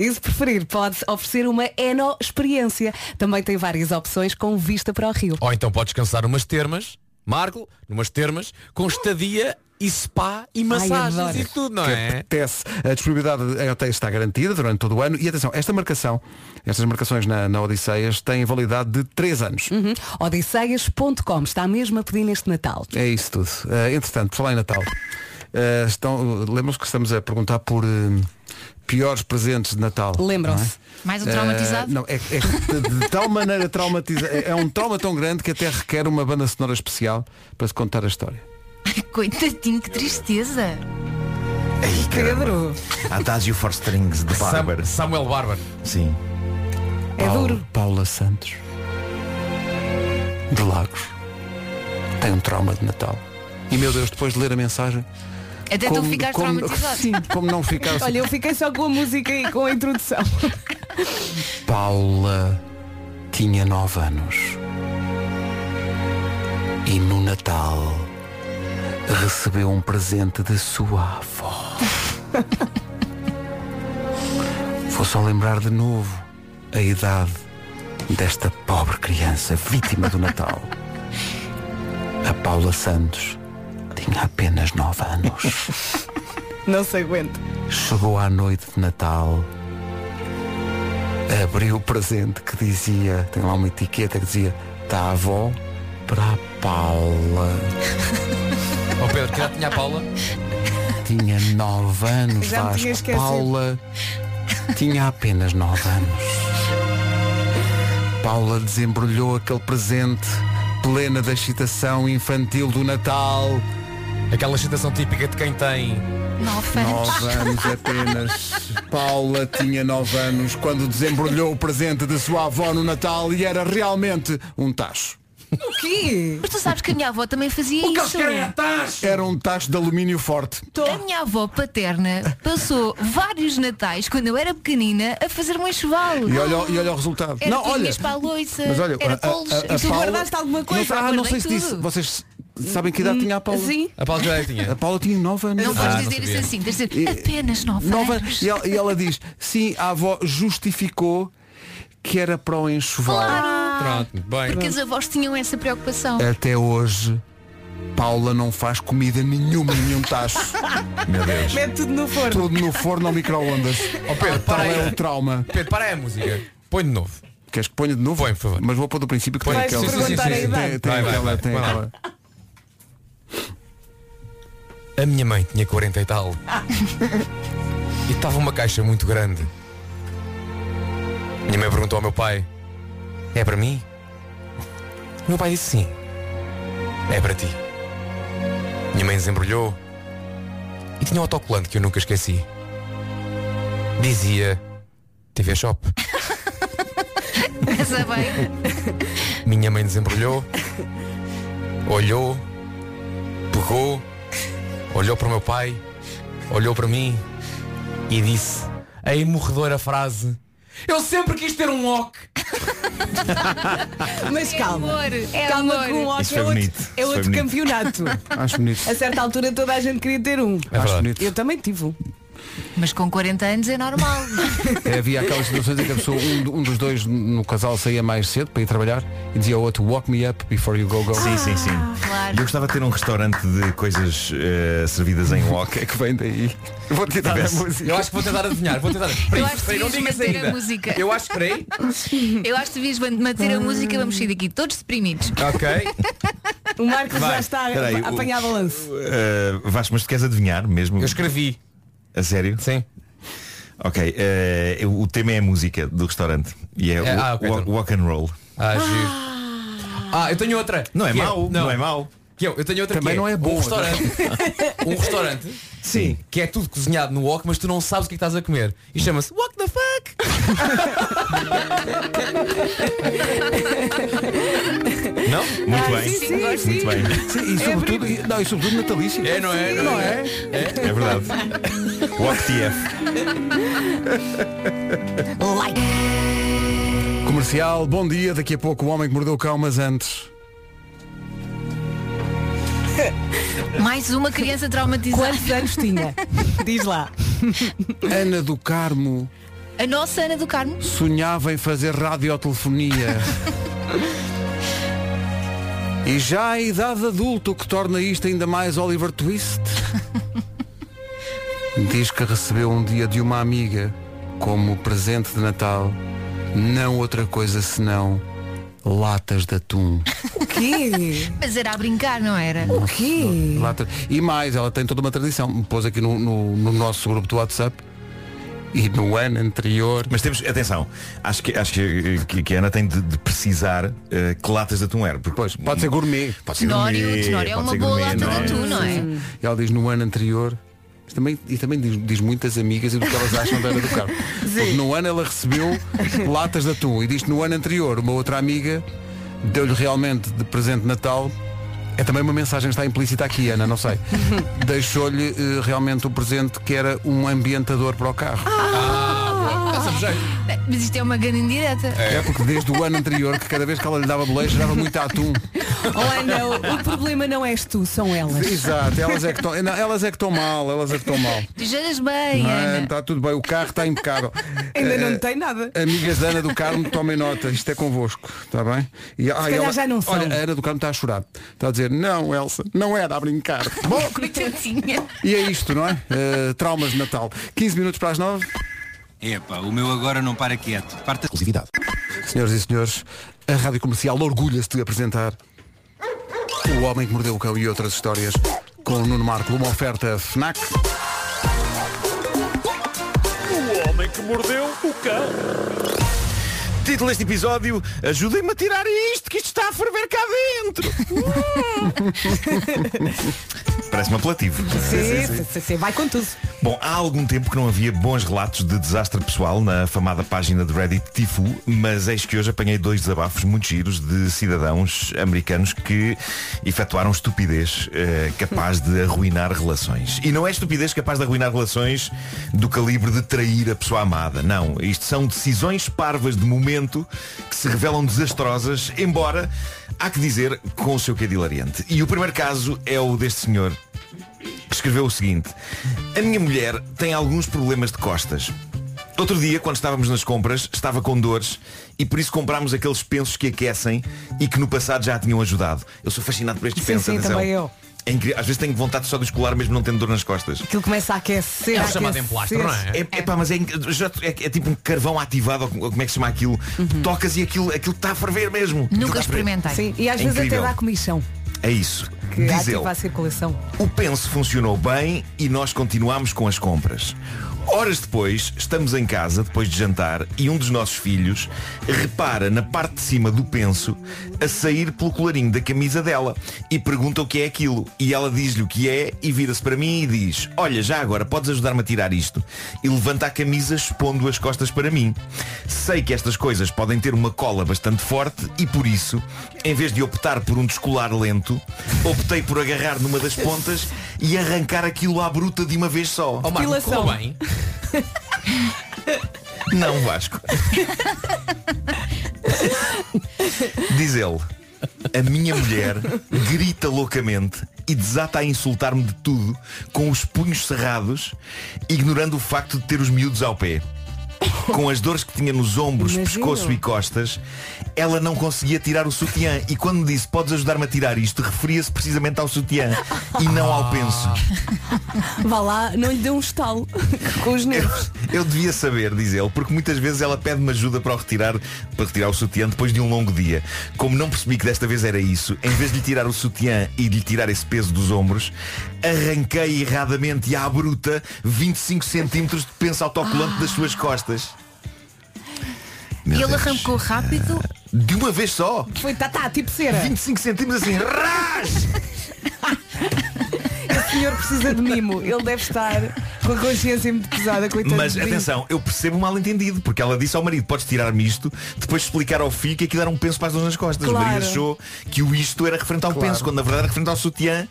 D: E se preferir, pode oferecer uma Eno experiência. Também tem várias opções com vista para o Rio.
J: Ou então podes descansar numas termas, Marco, numas termas, com estadia e spa e massagens
B: adoro.
J: e tudo, não
B: que
J: é?
B: apetece. A disponibilidade em hotéis está garantida durante todo o ano. E atenção, esta marcação, estas marcações na, na Odisseias têm validade de 3 anos.
D: Uhum. Odisseias.com está mesmo a pedir neste Natal.
B: É isso tudo. Eh, entretanto, por falar em Natal, eh, estão, lembram-se que estamos a perguntar por eh, piores presentes de Natal.
D: Lembram-se.
B: não é?
E: Mais um
B: Eh,
E: traumatizado?
B: não, é, é de, de tal maneira traumatizado. É é um trauma tão grande que até requer uma banda sonora especial para se contar a história.
D: Eh,
E: Coitadinho, que tristeza.
P: Ei,
D: Pedro.
P: Adagio for Strings de
J: Sam-
P: Barber.
J: Samuel Barber.
P: Sim.
D: É duro.
B: Paula Santos de Lagos tem um trauma de Natal. E meu Deus, depois de ler a mensagem.
E: Até tu
B: como-
E: ficares
B: como-
E: traumatizado.
B: Sim, como não ficar
D: Olha, eu fiquei só com a música e com a introdução.
B: Paula tinha nove anos e no Natal recebeu um presente de sua avó. Vou só lembrar de novo a idade desta pobre criança vítima do Natal. A Paula Santos tinha apenas nove anos.
D: Não se aguenta.
B: Chegou à noite de Natal, abriu o presente que dizia, tem lá uma etiqueta que dizia da avó para a Paula.
J: Ó Oh, Pedro, que já tinha a Paula?
B: Tinha nove anos,
J: Já me tinha
B: Vasco.
J: esquecido.
B: Paula tinha apenas nove anos. Paula desembrulhou aquele presente plena da excitação infantil do Natal.
J: Aquela excitação típica de quem tem
E: Nove anos.
B: Nove anos apenas. Paula tinha nove anos quando desembrulhou o presente de sua avó no Natal e era realmente um tacho.
D: O quê?
E: Mas tu sabes que a minha avó também fazia isso.
J: é.
B: é
E: é?
B: Era um tacho de alumínio forte.
E: A minha avó paterna passou vários natais, quando eu era pequenina, a fazer um enxoval.
B: E olha, o- e olha o resultado.
E: Era
B: não, olha.
E: pinhas para a louça,
B: Mas olha,
E: era
B: a- a-
E: polos.
B: a- a
E: Tu
B: Paula-
E: guardaste alguma coisa?
B: Não, ah, não sei se
E: Guardei
B: disse.
E: tudo.
B: Vocês sabem que idade tinha a Paula?
E: Sim.
J: A Paula que idade tinha? Ah,
B: A Paula tinha nove anos.
E: Não podes dizer isso assim, tens de dizer apenas nove
B: Nova,
E: anos.
B: e, ela, e ela diz, sim, a avó justificou que era para o enxoval.
E: Claro.
J: Pronto, bem.
E: Porque as avós tinham essa preocupação.
B: Até hoje, Paula não faz comida nenhuma, em nenhum tacho.
P: Meu Deus.
D: Mete tudo no forno.
B: Tudo no forno ou microondas.
J: Ó Oh, Pedro,
B: Tal
J: para
B: é
J: aí.
B: o trauma.
J: Pedro, para aí a música. Põe de novo.
B: Queres que ponha de novo?
J: Põe, por favor.
B: Mas vou pôr do princípio que
J: Põe.
B: tem
J: Sim,
B: aquela.
J: sim, sim, sim, sim.
B: Tem, tem
J: Vai, vai,
B: aquela,
J: vai.
B: tem
J: Põe lá.
B: aquela.
J: A minha mãe tinha 40 e tal. E estava uma caixa muito grande. Minha mãe perguntou ao meu pai, é para mim? O meu pai disse sim. É para ti. Minha mãe desembrulhou e tinha um autocolante que eu nunca esqueci. Dizia TV Shop.
E: Essa é bem.
J: Minha mãe desembrulhou, olhou, pegou, olhou para o meu pai, olhou para mim e disse a emorredora frase. Eu sempre quis ter um ok.
D: Mas
E: É
D: calma.
E: amor, é
D: calma
E: amor.
D: com o
P: Isso
D: Oscar
P: foi
D: é outro,
P: bonito,
D: é
P: isso foi
D: outro
P: bonito.
D: campeonato.
B: Acho bonito.
D: A certa altura toda a gente queria ter um.
B: Acho bonito.
D: Eu também tive um.
E: Mas com 40 anos é normal.
B: É, havia aquelas situações em que a pessoa, um, um dos dois no casal saía mais cedo para ir trabalhar e dizia ao outro walk me up before you go go.
P: Sim, sim, sim.
E: Claro.
P: Eu gostava de ter um restaurante de coisas eh, servidas em wok.
B: É que vem daí. Vou tentar a música.
J: Eu acho que vou tentar adivinhar, vou tentar.
E: Eu
J: Peraí,
E: acho que
J: peraí, não
E: devias
J: digas
E: manter a
J: ainda.
E: música.
J: Eu acho que peraí.
E: Eu acho que devias manter a música e vamos sair daqui todos deprimidos.
J: Ok.
D: O Marcos
P: Vai,
D: já está
P: peraí,
D: a apanhar
P: o-
D: balanço.
P: Eh, Vasco, mas tu queres adivinhar mesmo?
J: Eu escrevi.
P: A sério?
J: Sim.
P: Ok. eh, eu- o tema é a música do restaurante. E é,
J: É,
P: o-
J: ah, ok,
P: walk,
J: então.
P: walk and roll.
J: Ah, giro. Ah, eu tenho outra.
P: Não é
J: Que
P: mau, não é mau.
J: Que eu, eu tenho outra
O: Também
J: que
O: não é
J: um
O: boa,
J: restaurante. um restaurante. Sim. Que é tudo cozinhado no wok, mas tu não sabes o que, é que estás a comer. E chama-se What the fuck?
P: Não? Muito bem. Muito bem.
B: Sim, e sobretudo, e- não, e sobretudo natalício.
J: É, não é?
B: É Não é?
P: É verdade. Walk TF.
B: Comercial, bom dia. Daqui a pouco o homem que mordeu o cão, mas antes.
E: Mais uma criança traumatizada.
D: Quantos anos tinha? Diz lá.
B: Ana do Carmo
E: A nossa Ana do Carmo.
B: sonhava em fazer radiotelefonia. E já a idade adulta, o que torna isto ainda mais Oliver Twist. Diz que recebeu um dia de uma amiga como presente de Natal, não outra coisa senão latas de atum.
E: O
D: quê?
E: Mas era a brincar, não era?
D: O quê?
B: Lata- E mais, ela tem toda uma tradição. Pôs aqui no, no- no nosso grupo do WhatsApp e no ano anterior.
P: Mas temos, atenção, acho que, acho que, que- que a Ana tem de, de precisar eh, que latas de atum era. Porque, pois,
B: pode ser gourmet.
P: Pode ser
E: Tenório,
P: gourmet.
E: tenório é
P: pode
E: uma
P: ser
E: boa
P: gourmet,
E: lata de atum, não é?
B: E ela diz no ano anterior. Mas também, e também diz, diz muitas amigas e do que elas acham da Ana do Carmo. Porque no ano ela recebeu latas de atum. E diz que no ano anterior uma outra amiga deu-lhe realmente de presente de Natal. É também uma mensagem que está implícita aqui, Ana, não sei. Deixou-lhe eh, realmente o presente que era um ambientador para o carro.
E: Ah!
P: Ah,
E: Bem, Mas isto é uma grande indireta.
B: É porque desde o ano anterior que cada vez que ela lhe dava boleia cheirava muito a atum.
D: Oh, não, o problema não és tu, são elas.
B: Exato, elas é que estão não, elas é que estão mal, elas é que estão mal.
E: Tu cheiras bem,
P: é?
B: Ah,
E: Ana.
B: Está tudo bem, o carro está impecável.
D: Ainda não
B: Eh,
D: tem nada.
B: Amigas da Ana do Carmo, tomem nota, isto é convosco, está bem? E, ah,
D: calhar já não são.
B: Olha, a Ana do Carmo está a chorar. Está a dizer, não, Elsa, não era a brincar. Bom,
E: Coitadinha.
B: e é isto, não é? Eh, traumas de Natal. 15 minutos para as 9.
Q: Epá, o meu agora não para quieto. Parte exclusividade.
B: Senhoras e senhores, a Rádio Comercial orgulha-se de apresentar O Homem que Mordeu o Cão e outras histórias com o Nuno Marco, uma oferta FNAC.
R: O homem que mordeu o cão.
P: Título deste episódio, ajudem-me a tirar isto, que isto está a ferver cá dentro. Parece-me apelativo.
D: Sim, sim, sim, sim, vai com tudo.
P: Bom, há algum tempo que não havia bons relatos de desastre pessoal na afamada página de Reddit Tifu, mas eis que hoje apanhei dois desabafos muito giros de cidadãos americanos que efetuaram estupidez eh, capaz de arruinar relações. E não é estupidez capaz de arruinar relações do calibre de trair a pessoa amada. Não, isto são decisões parvas de momento que se revelam desastrosas, embora, há que dizer, com o seu quê de hilariante. E o primeiro caso é o deste senhor que escreveu o seguinte A minha mulher tem alguns problemas de costas Outro dia, quando estávamos nas compras, estava com dores e por isso comprámos aqueles pensos que aquecem e que no passado já a tinham ajudado. Eu sou fascinado por estes
D: Sim,
P: pensos,
D: sim,
P: atenção.
D: também eu.
P: É incrível. Às vezes tenho vontade só de escolar mesmo não tendo dor nas costas.
D: Aquilo começa a aquecer.
P: um
D: a aquecer.
P: É, pá, mas é, inc- já- é- é tipo um carvão ativado, ou como como é que se chama aquilo? Tocas e aquilo aquilo está a ferver mesmo. Aquilo está a ferver.
D: Uhum. Sim, e às
P: É
D: vezes
P: incrível.
D: até dá comichão,
P: É isso.
D: que tipo
P: Diz ele.
D: ativa a circulação.
P: O penso funcionou bem e nós continuámos com as compras. Horas depois, estamos em casa, depois de jantar, e um dos nossos filhos repara na parte de cima do penso a sair pelo colarinho da camisa dela e pergunta o que é aquilo. E ela diz-lhe o que é e vira-se para mim e diz Olha, já agora podes ajudar-me a tirar isto. E levanta a camisa expondo as costas para mim. Sei que estas coisas podem ter uma cola bastante forte e por isso, em vez de optar por um descolar lento, optei por agarrar numa das pontas e arrancar aquilo à bruta de uma vez só.
J: Oh, Marco, correu Depilação. bem?
P: Não, Vasco. Diz ele, a minha mulher grita loucamente e desata a insultar-me de tudo, com os punhos cerrados, ignorando o facto de ter os miúdos ao pé. Com as dores que tinha nos ombros,
S: Imagino.
P: pescoço e costas, ela não conseguia tirar o sutiã. E quando me disse, podes ajudar-me a tirar isto, referia-se precisamente ao sutiã e não ao penso.
D: Vá lá, não lhe dê um estalo com os nervos.
P: Eu devia saber, diz ele, porque muitas vezes ela pede-me ajuda para o retirar, para retirar o sutiã depois de um longo dia. Como não percebi que desta vez era isso, em vez de lhe tirar o sutiã e de lhe tirar esse peso dos ombros, arranquei erradamente à bruta 25 centímetros de penso autocolante das suas costas.
E: E ele arrancou rápido.
P: Ah. De uma vez só.
D: Foi, tá, tá, tipo cera.
P: 25 centímetros assim, ras!
D: senhor precisa de mimo. Ele deve estar com a consciência muito pesada, coitado.
P: Mas
D: do menino.
P: atenção, eu percebo o mal entendido, porque ela disse ao marido, podes tirar-me isto, depois explicar ao filho que aquilo era um penso para as duas nas costas. O
D: Claro.
P: marido achou que o isto era referente ao
D: Claro.
P: penso, quando na verdade era referente ao sutiã.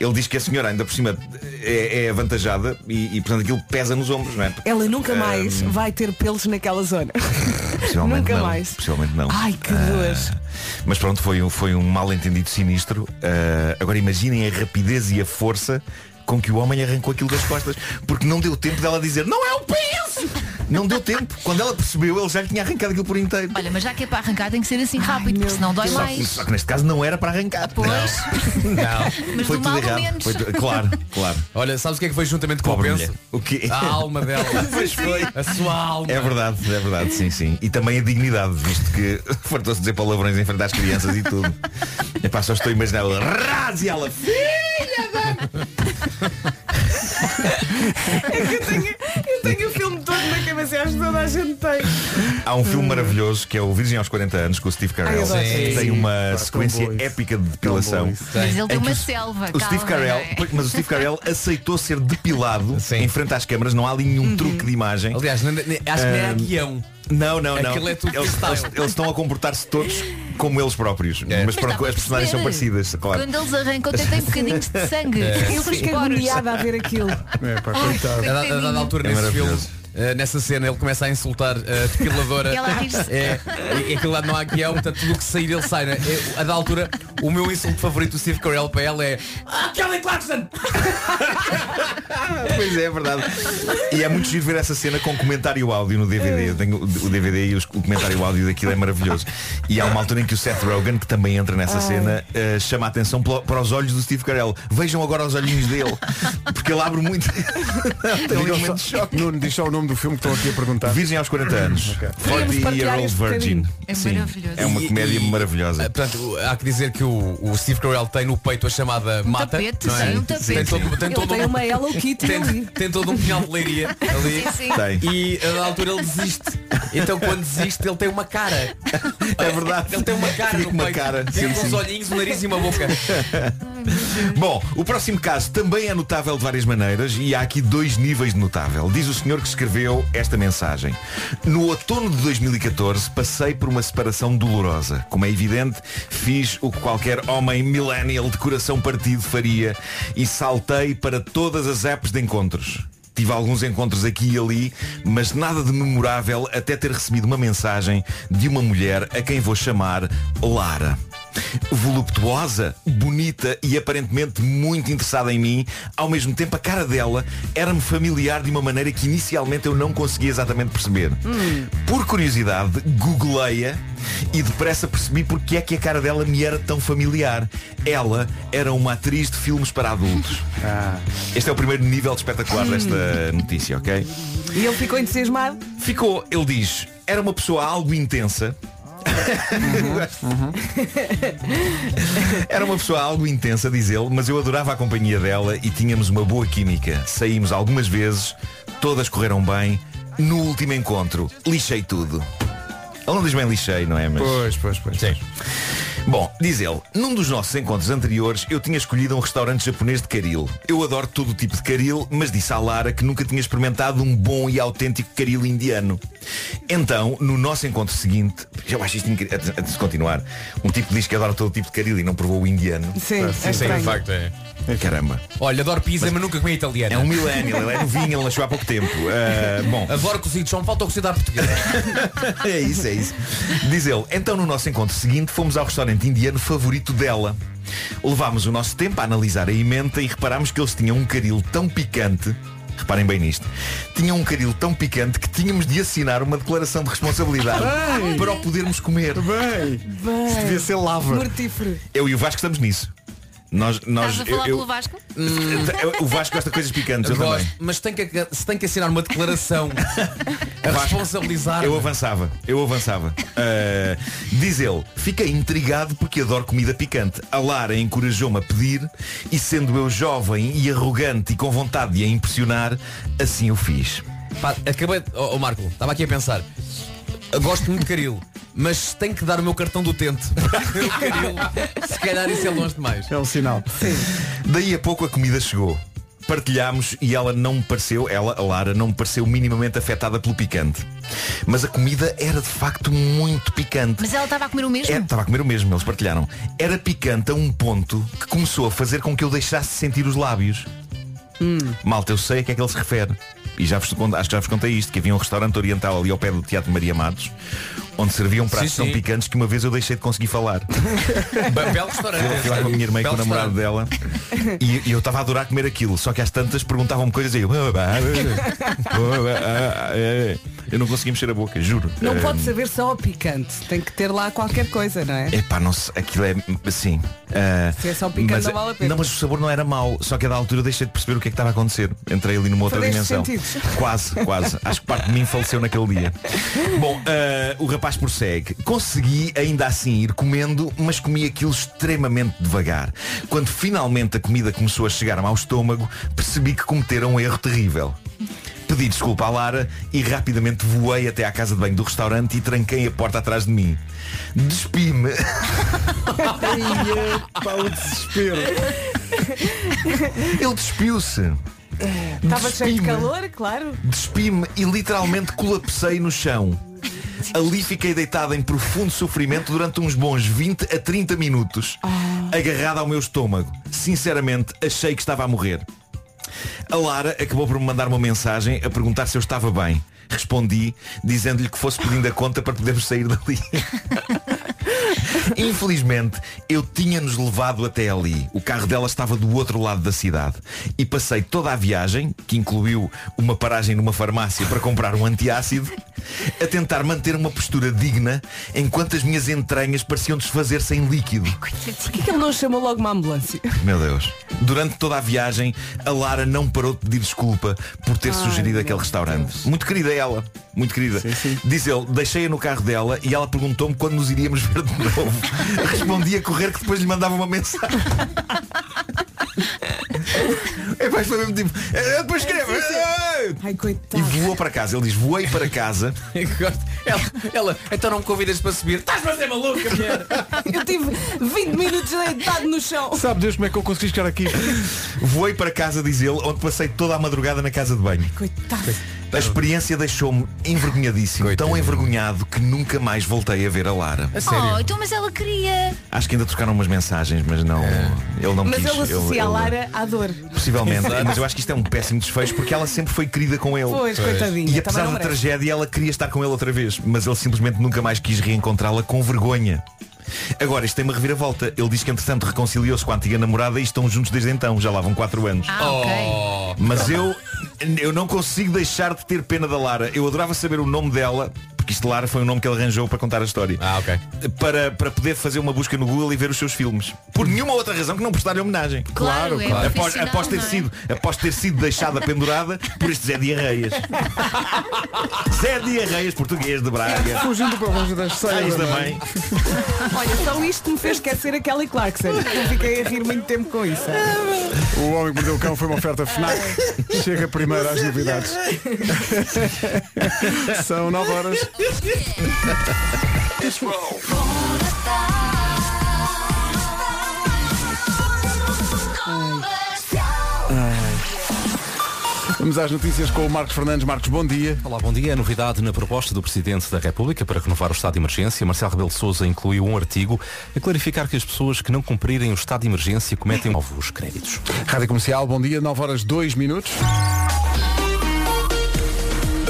P: Ele diz que a senhora ainda por cima é, é avantajada e, e, portanto aquilo pesa nos ombros, não é?
D: Ela nunca
P: Ah,
D: mais vai ter pelos naquela zona.
P: Possivelmente
D: nunca
P: não,
D: mais.
P: Possivelmente não.
D: Ai, que dor.
P: Ah, mas pronto, foi, um- foi um mal entendido sinistro. Ah, agora imaginem a rapidez e a força com que o homem arrancou aquilo das costas. Porque não deu tempo dela dizer, não é o peso! Não deu tempo. Quando ela percebeu, ele já lhe tinha arrancado aquilo por inteiro.
E: Olha, mas já que é para arrancar tem que ser assim rápido, porque senão dói
P: Só que,
E: mais.
P: só que neste caso não era para arrancar.
E: Pois.
P: Não.
E: Mas
P: Foi
E: do
P: tudo
E: mal,
P: errado.
E: ao menos.
P: Foi tu- Claro, claro.
J: Olha, sabes o que é que veio juntamente com o penso?
P: O quê?
J: A alma dela.
P: Pois foi.
J: A sua alma.
P: É verdade, é verdade, sim, sim. E também a dignidade, visto que fartou-se dizer palavrões em frente às crianças e tudo. Epá, só estou a imaginar ela. Rase ela.
I: Filha da...
D: É que eu tenho, eu tenho o filme todo na cabeça, acho que toda a gente tem.
P: Há um filme maravilhoso que é o Virgem aos 40 anos com o Steve
D: Ai,
P: Carell.
D: eu adoro
P: que
D: isso.
P: tem uma
D: Pá,
P: sequência
D: tão bom isso.
P: épica de depilação.
E: Mas ele tem
P: em É que
E: uma
P: o-
E: selva.
P: O Steve
E: calma,
P: Carell,
E: não é?
P: pois, mas o Steve Carell aceitou ser depilado em frente às câmaras, não há ali
E: Uhum.
P: nenhum truque de imagem.
J: Aliás, nem- nem- acho que nem há
P: Ahm,
J: guião.
P: Não, não, não.
J: Aquilo é tudo
P: eles,
J: freestyle.
P: eles- eles estão a comportar-se todos como eles próprios.
J: É.
P: Mas,
E: Mas dá
P: pronto,
E: para
P: as personagens são
E: perceber.
P: parecidas, claro.
E: Quando eles arrancam até tem bocadinhos de sangue.
J: É.
D: Eu
E: Sim.
D: fiquei
E: Poros.
D: agoniada a ver aquilo.
B: É, pá,
J: A
B: coitado.
J: dada- a dada altura
P: É
J: nesse filme,
P: maravilhoso.
J: eh, nessa cena, ele começa a insultar a depiladora.
E: Ela ri-se.
J: é, é, é aquilo lá não há guião, portanto tudo o que sair ele sai. Né? É, a dada altura, o meu insulto favorito do Steve Carell para ela é "Ah, Kelly Clarkson!
P: Pois é, é verdade. E é muito giro ver essa cena com comentário áudio no DVD. Eu tenho o o DVD e os- o comentário áudio daquilo é maravilhoso. E há uma altura em que o Seth Rogen, que também entra nessa
J: Ai.
P: cena, eh, chama a atenção pela- para os olhos do Steve Carell. Vejam agora os olhinhos dele. Porque ele abre muito. Tem um momento de choque.
B: Nuno, diz só o nome do filme que estão aqui a perguntar.
P: Virgem aos 40 anos.
B: Podíamos
P: 40 Year
B: partilhar
P: Old
B: este
P: Virgin.
B: bocadinho. É
P: Sim.
B: maravilhoso.
P: É uma
J: E-
P: comédia
J: e-
P: maravilhosa.
J: Ah, portanto, há que dizer que o, o Steve Carell tem no peito a chamada mata.
P: tapete,
J: não é?
P: sim, um tapete.
J: Tem todo-
P: Ele
J: tem todo
D: tem
J: um-
D: uma Hello Kitty
J: tem-
D: ali.
J: Tem todo um pinhal de leiria ali.
D: Sim, sim.
P: Tem.
J: E a dada altura ele desiste. Então quando desiste ele tem uma cara.
P: É verdade.
J: Ele tem uma cara
P: Fica
J: no
P: com uma
J: peito.
P: cara, assim,
J: Tem
P: sim,
J: uns
P: sim.
J: olhinhos, um nariz e uma boca.
P: Bom, o próximo caso também é notável de várias maneiras e há aqui dois níveis de notável. Diz o senhor que escreveu esta mensagem. No outono de 2014 passei por uma separação dolorosa. Como é evidente, fiz o que qualquer homem millennial de coração partido faria e saltei para todas as apps de encontros. Tive alguns encontros aqui e ali, mas nada de memorável até ter recebido uma mensagem de uma mulher a quem vou chamar Lara. Voluptuosa, bonita e aparentemente muito interessada em mim, ao mesmo tempo a cara dela era-me familiar de uma maneira que inicialmente eu não conseguia exatamente perceber. Por curiosidade, googlei-a e depressa percebi porque é que a cara dela me era tão familiar. Ela era uma atriz de filmes para adultos. Este é o primeiro nível de espetacular desta notícia, ok?
D: E ele ficou entusiasmado.
P: Ficou, ele diz, era uma pessoa algo intensa. Era uma pessoa algo intensa, diz ele, mas eu adorava a companhia dela e tínhamos uma boa química. Saímos algumas vezes, todas correram bem. No último encontro, lixei tudo. Ele não diz bem lixei, não é? Mas...
B: Pois, pois, pois.
P: Sim. Bom, diz ele, num dos nossos encontros anteriores eu tinha escolhido um restaurante japonês de caril. Eu adoro todo o tipo de caril, mas disse à Lara que nunca tinha experimentado um bom e autêntico caril indiano. Então, no nosso encontro seguinte, eu acho isto incrível, antes- antes de continuar, um tipo diz que adora todo o tipo de caril e não provou o indiano.
D: Sim, é estranho.
P: é. Caramba.
J: Olha, adoro pizza, mas, nunca comi italiana.
P: É um millennial, ele é novinho, ele nasceu há pouco tempo. Ah, bom.
J: Adoro cozidos, só me falta o cozido à portuguesa.
P: é isso, é isso. Diz ele, então no nosso encontro seguinte fomos ao restaurante indiano favorito dela. Levámos o nosso tempo a analisar a emenda e reparámos que eles tinham um caril tão picante. Reparem bem nisto. Tinham um caril tão picante que tínhamos de assinar uma declaração de responsabilidade
D: Bem.
P: para o podermos comer.
D: Bem.
P: Isto devia ser lava.
D: Mortífero.
P: Eu e o Vasco estamos nisso. Nós, nós,
E: Estás a falar
P: eu-
E: pelo Vasco?
P: eu- o Vasco gosta de coisas picantes, eu
J: Gosto,
P: também.
J: mas tem que, se tem que assinar uma declaração a
P: Vasco,
J: responsabilizar.
P: Eu avançava, eu avançava. Uh, diz ele, fiquei intrigado porque adoro comida picante. A Lara encorajou-me a pedir e sendo eu jovem e arrogante e com vontade de a impressionar, assim eu fiz.
J: Pá, acabei. Ó oh, Marco, estava aqui a pensar. Eu Gosto muito de caril. mas tenho que dar o meu cartão do utente. Eu queria- Se calhar isso é longe demais.
B: É um sinal.
P: Daí a pouco a comida chegou. Partilhámos e ela não me pareceu, ela, a Lara, não me pareceu minimamente afetada pelo picante. Mas a comida era de facto muito picante.
E: Mas ela estava a comer o mesmo?
P: É, estava a comer o mesmo, eles partilharam. Era picante a um ponto que começou a fazer com que eu deixasse de sentir os lábios.
D: Hum.
P: Malta, eu sei a que é que ele se refere. E já vos, cont- acho que já vos contei isto, que havia um restaurante oriental ali ao pé do Teatro Maria Matos, onde serviam pratos
J: Sim,
P: tão
J: sim.
P: picantes que uma vez eu deixei de conseguir falar.
J: Be- Belo
P: Eu
J: restaurante.
P: fui lá com a minha irmã e com o
J: Belo
P: namorado dela e, e eu estava a adorar comer aquilo, só que às tantas perguntavam-me coisas e eu. "Ah, Eu não conseguia mexer a boca, juro.
D: Não
P: Eh,
D: pode saber só ao picante. Tem que ter lá qualquer coisa, não é?
P: Epá, não sei, aquilo é assim.
D: Se é só picante,
P: mas,
D: não vale a pena.
P: Não, mas o sabor não era mau, só que a da altura eu deixei de perceber o que é que estava a acontecer. Entrei ali numa outra
D: Perdeste
P: dimensão.
D: sentidos.
P: Quase, quase. Acho que parte de mim faleceu naquele dia. Bom, ah, o rapaz prossegue. Consegui ainda assim ir comendo, mas comi aquilo extremamente devagar. Quando finalmente a comida começou a chegar-me ao estômago, percebi que cometeram um erro terrível. Pedi desculpa à Lara e rapidamente voei até à casa de banho do restaurante e tranquei a porta atrás de mim. Despi-me.
B: Pá, o desespero.
P: Ele despiu-se.
D: Estava cheio de
P: Despi-me.
D: calor, claro.
P: Despi-me e literalmente colapsei no chão. Ali fiquei deitado em profundo sofrimento durante uns bons 20 a 30 minutos, agarrado ao meu estômago. Sinceramente, achei que estava a morrer. A Lara acabou por me mandar uma mensagem a perguntar se eu estava bem. Respondi, dizendo-lhe que fosse pedindo a conta para podermos sair dali. Infelizmente, eu tinha-nos levado até ali. O carro dela estava do outro lado da cidade. E passei toda a viagem, que incluiu uma paragem numa farmácia para comprar um antiácido, a tentar manter uma postura digna enquanto as minhas entranhas pareciam desfazer-se em líquido.
D: Porquê que ele não chamou logo uma ambulância?
P: Meu Deus. Durante toda a viagem, a Lara não parou de pedir desculpa por ter
D: Ai,
P: sugerido
D: meu
P: aquele restaurante. Muito querida é ela. Muito querida. Diz ele, deixei-a no carro dela e ela perguntou-me quando nos iríamos ver de novo. Respondi a correr que depois lhe mandava uma mensagem. É mais foi mesmo tipo. "Eh, Depois
J: É,
P: escreve. eh,
D: Ai,
P: E
D: coitado.
P: voou para casa. Ele diz, voei para casa.
J: Ela, ela, então não me convidas para subir. Estás-me a ser maluca, mulher.
D: Eu tive 20 minutos deitado no chão.
B: Sabe Deus como é que eu consegui chegar aqui?
P: Voei para casa, diz ele, onde passei toda a madrugada na casa de banho.
D: Coitado.
P: A experiência deixou-me envergonhadíssimo, tão envergonhado que nunca mais voltei a ver a Lara.
E: Oh, então mas ela queria.
P: Acho que ainda trocaram umas mensagens, mas não.
B: É.
P: Ele não
D: Mas
P: quis.
D: ele associa a Lara à dor.
P: Possivelmente, mas eu acho que isto é um péssimo desfecho porque ela sempre foi querida com ele.
D: Pois, Pois. coitadinha,
P: E
D: também
P: apesar
D: não
P: da
D: merece.
P: tragédia, ela queria estar com ele outra vez, mas ele simplesmente nunca mais quis reencontrá-la com vergonha. Agora, isto tem uma reviravolta. Ele diz que entretanto reconciliou-se com a antiga namorada e estão juntos desde então, já lá vão 4 anos.
E: Ah, ok.
P: Mas eu, eu não consigo deixar de ter pena da Lara. Eu adorava saber o nome dela, porque isto Lara foi o nome que ele arranjou para contar a história. Ah, ok. Para, para poder fazer uma busca no Google e ver os seus filmes. Por nenhuma outra razão que não prestar-lhe homenagem.
E: Claro, Claro, é claro.
P: Após,
E: profissional,
P: após ter
E: não é?
P: sido, após ter sido deixada pendurada por este Zé Diarreias. Zé Diarreias, português de Braga.
B: Fugindo para longe das é?
P: Sais
B: saias.
P: da mãe.
D: Olha, só isto me fez esquecer a Kelly Clarkson. Eu fiquei a rir muito tempo com isso.
B: O Homem que Mordeu o Cão foi uma oferta FNAC. Chega primeiro às novidades. São 9 horas. Vamos às notícias com o Marcos Fernandes. Marcos, bom dia.
O: Olá, bom dia. A novidade na proposta do Presidente da República para renovar o estado de emergência, Marcelo Rebelo de Sousa incluiu um artigo a clarificar que as pessoas que não cumprirem o estado de emergência cometem novos créditos.
B: Rádio Comercial, bom dia, 9 horas 2 minutos.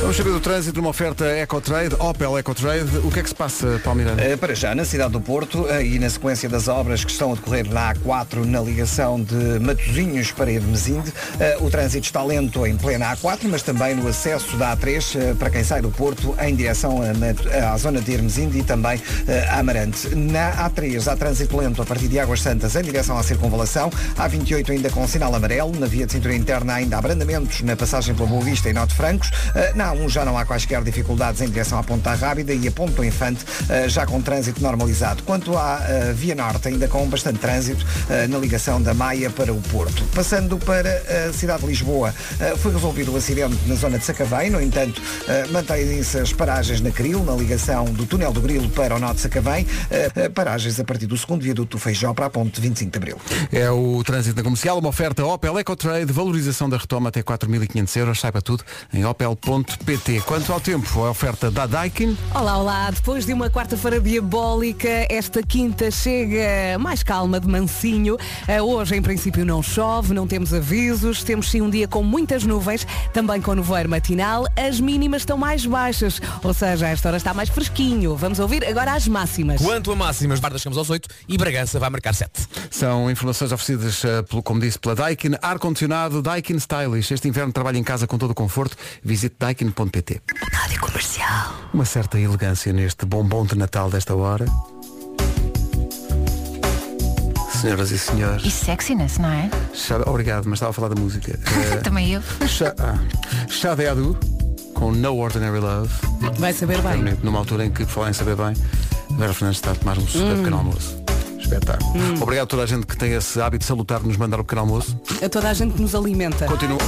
B: Vamos saber do trânsito numa oferta EcoTrade, Opel EcoTrade. O que é que se passa, Palmeirante?
C: Eh, Para já, na cidade do Porto eh, e na sequência das obras que estão a decorrer na A4 na ligação de Matosinhos para Hermesinde, eh, o trânsito está lento em plena A4, mas também no acesso da A3 eh, para quem sai do Porto em direção a Mat- eh, à zona de Hermesinde e também eh, a Amarante. Na A3 há trânsito lento a partir de Águas Santas em direção à circunvalação, A28 ainda com sinal amarelo, na via de cintura interna ainda há abrandamentos na passagem pela Boa Vista e Norte Francos, eh, na A1 A1 já não há quaisquer dificuldades em direção à Ponta Rábida e a Ponto Infante eh, já com trânsito normalizado. Quanto à eh, Via Norte, ainda com bastante trânsito eh, na ligação da Maia para o Porto. Passando para ah, a cidade de Lisboa, eh, foi resolvido o acidente na zona de Sacavém, no entanto, eh, mantêm-se as paragens na Cril, na ligação do túnel do Grilo para o Norte de Sacavém, eh, eh, paragens a partir do segundo viaduto do Feijó para a ponte 25 de Abril.
B: É o trânsito na comercial, uma oferta Opel EcoTrade, valorização da retoma até 4.500 euros, saiba tudo em opel.pt. Quanto ao tempo, a oferta da Daikin.
D: Olá, olá. Depois de uma quarta-feira diabólica, esta quinta chega mais calma, de mansinho. Eh, Hoje, em princípio, não chove, não temos avisos, temos sim um dia com muitas nuvens, também com nevoeiro matinal. As mínimas estão mais baixas, ou seja, a esta hora está mais fresquinho. Vamos ouvir agora as máximas.
J: Quanto a máximas, Guarda chegamos aos 8 e Bragança vai marcar 7.
B: São informações oferecidas, eh, pelo, como disse, pela Daikin. Ar-condicionado Daikin Stylish. Este inverno trabalha em casa com todo o conforto. Visite daikin.pt.
G: Rádio Comercial.
B: Uma certa elegância neste bombom de Natal desta hora. Senhoras e senhores.
E: E sexiness, não é?
B: Shad- Obrigado, mas estava a falar da música. Eh,
E: Também eu.
B: Sha- ah, Shadeadu com No Ordinary Love.
D: Vai saber bem.
B: Realmente, Numa altura em que, por falar em saber bem, Vera Fernandes está a tomar um super
D: Hum.
B: pequeno almoço. Espetáculo. Obrigado a toda a gente que tem esse hábito salutar de nos mandar o pequeno almoço.
D: A toda a gente que nos alimenta.
B: Continua.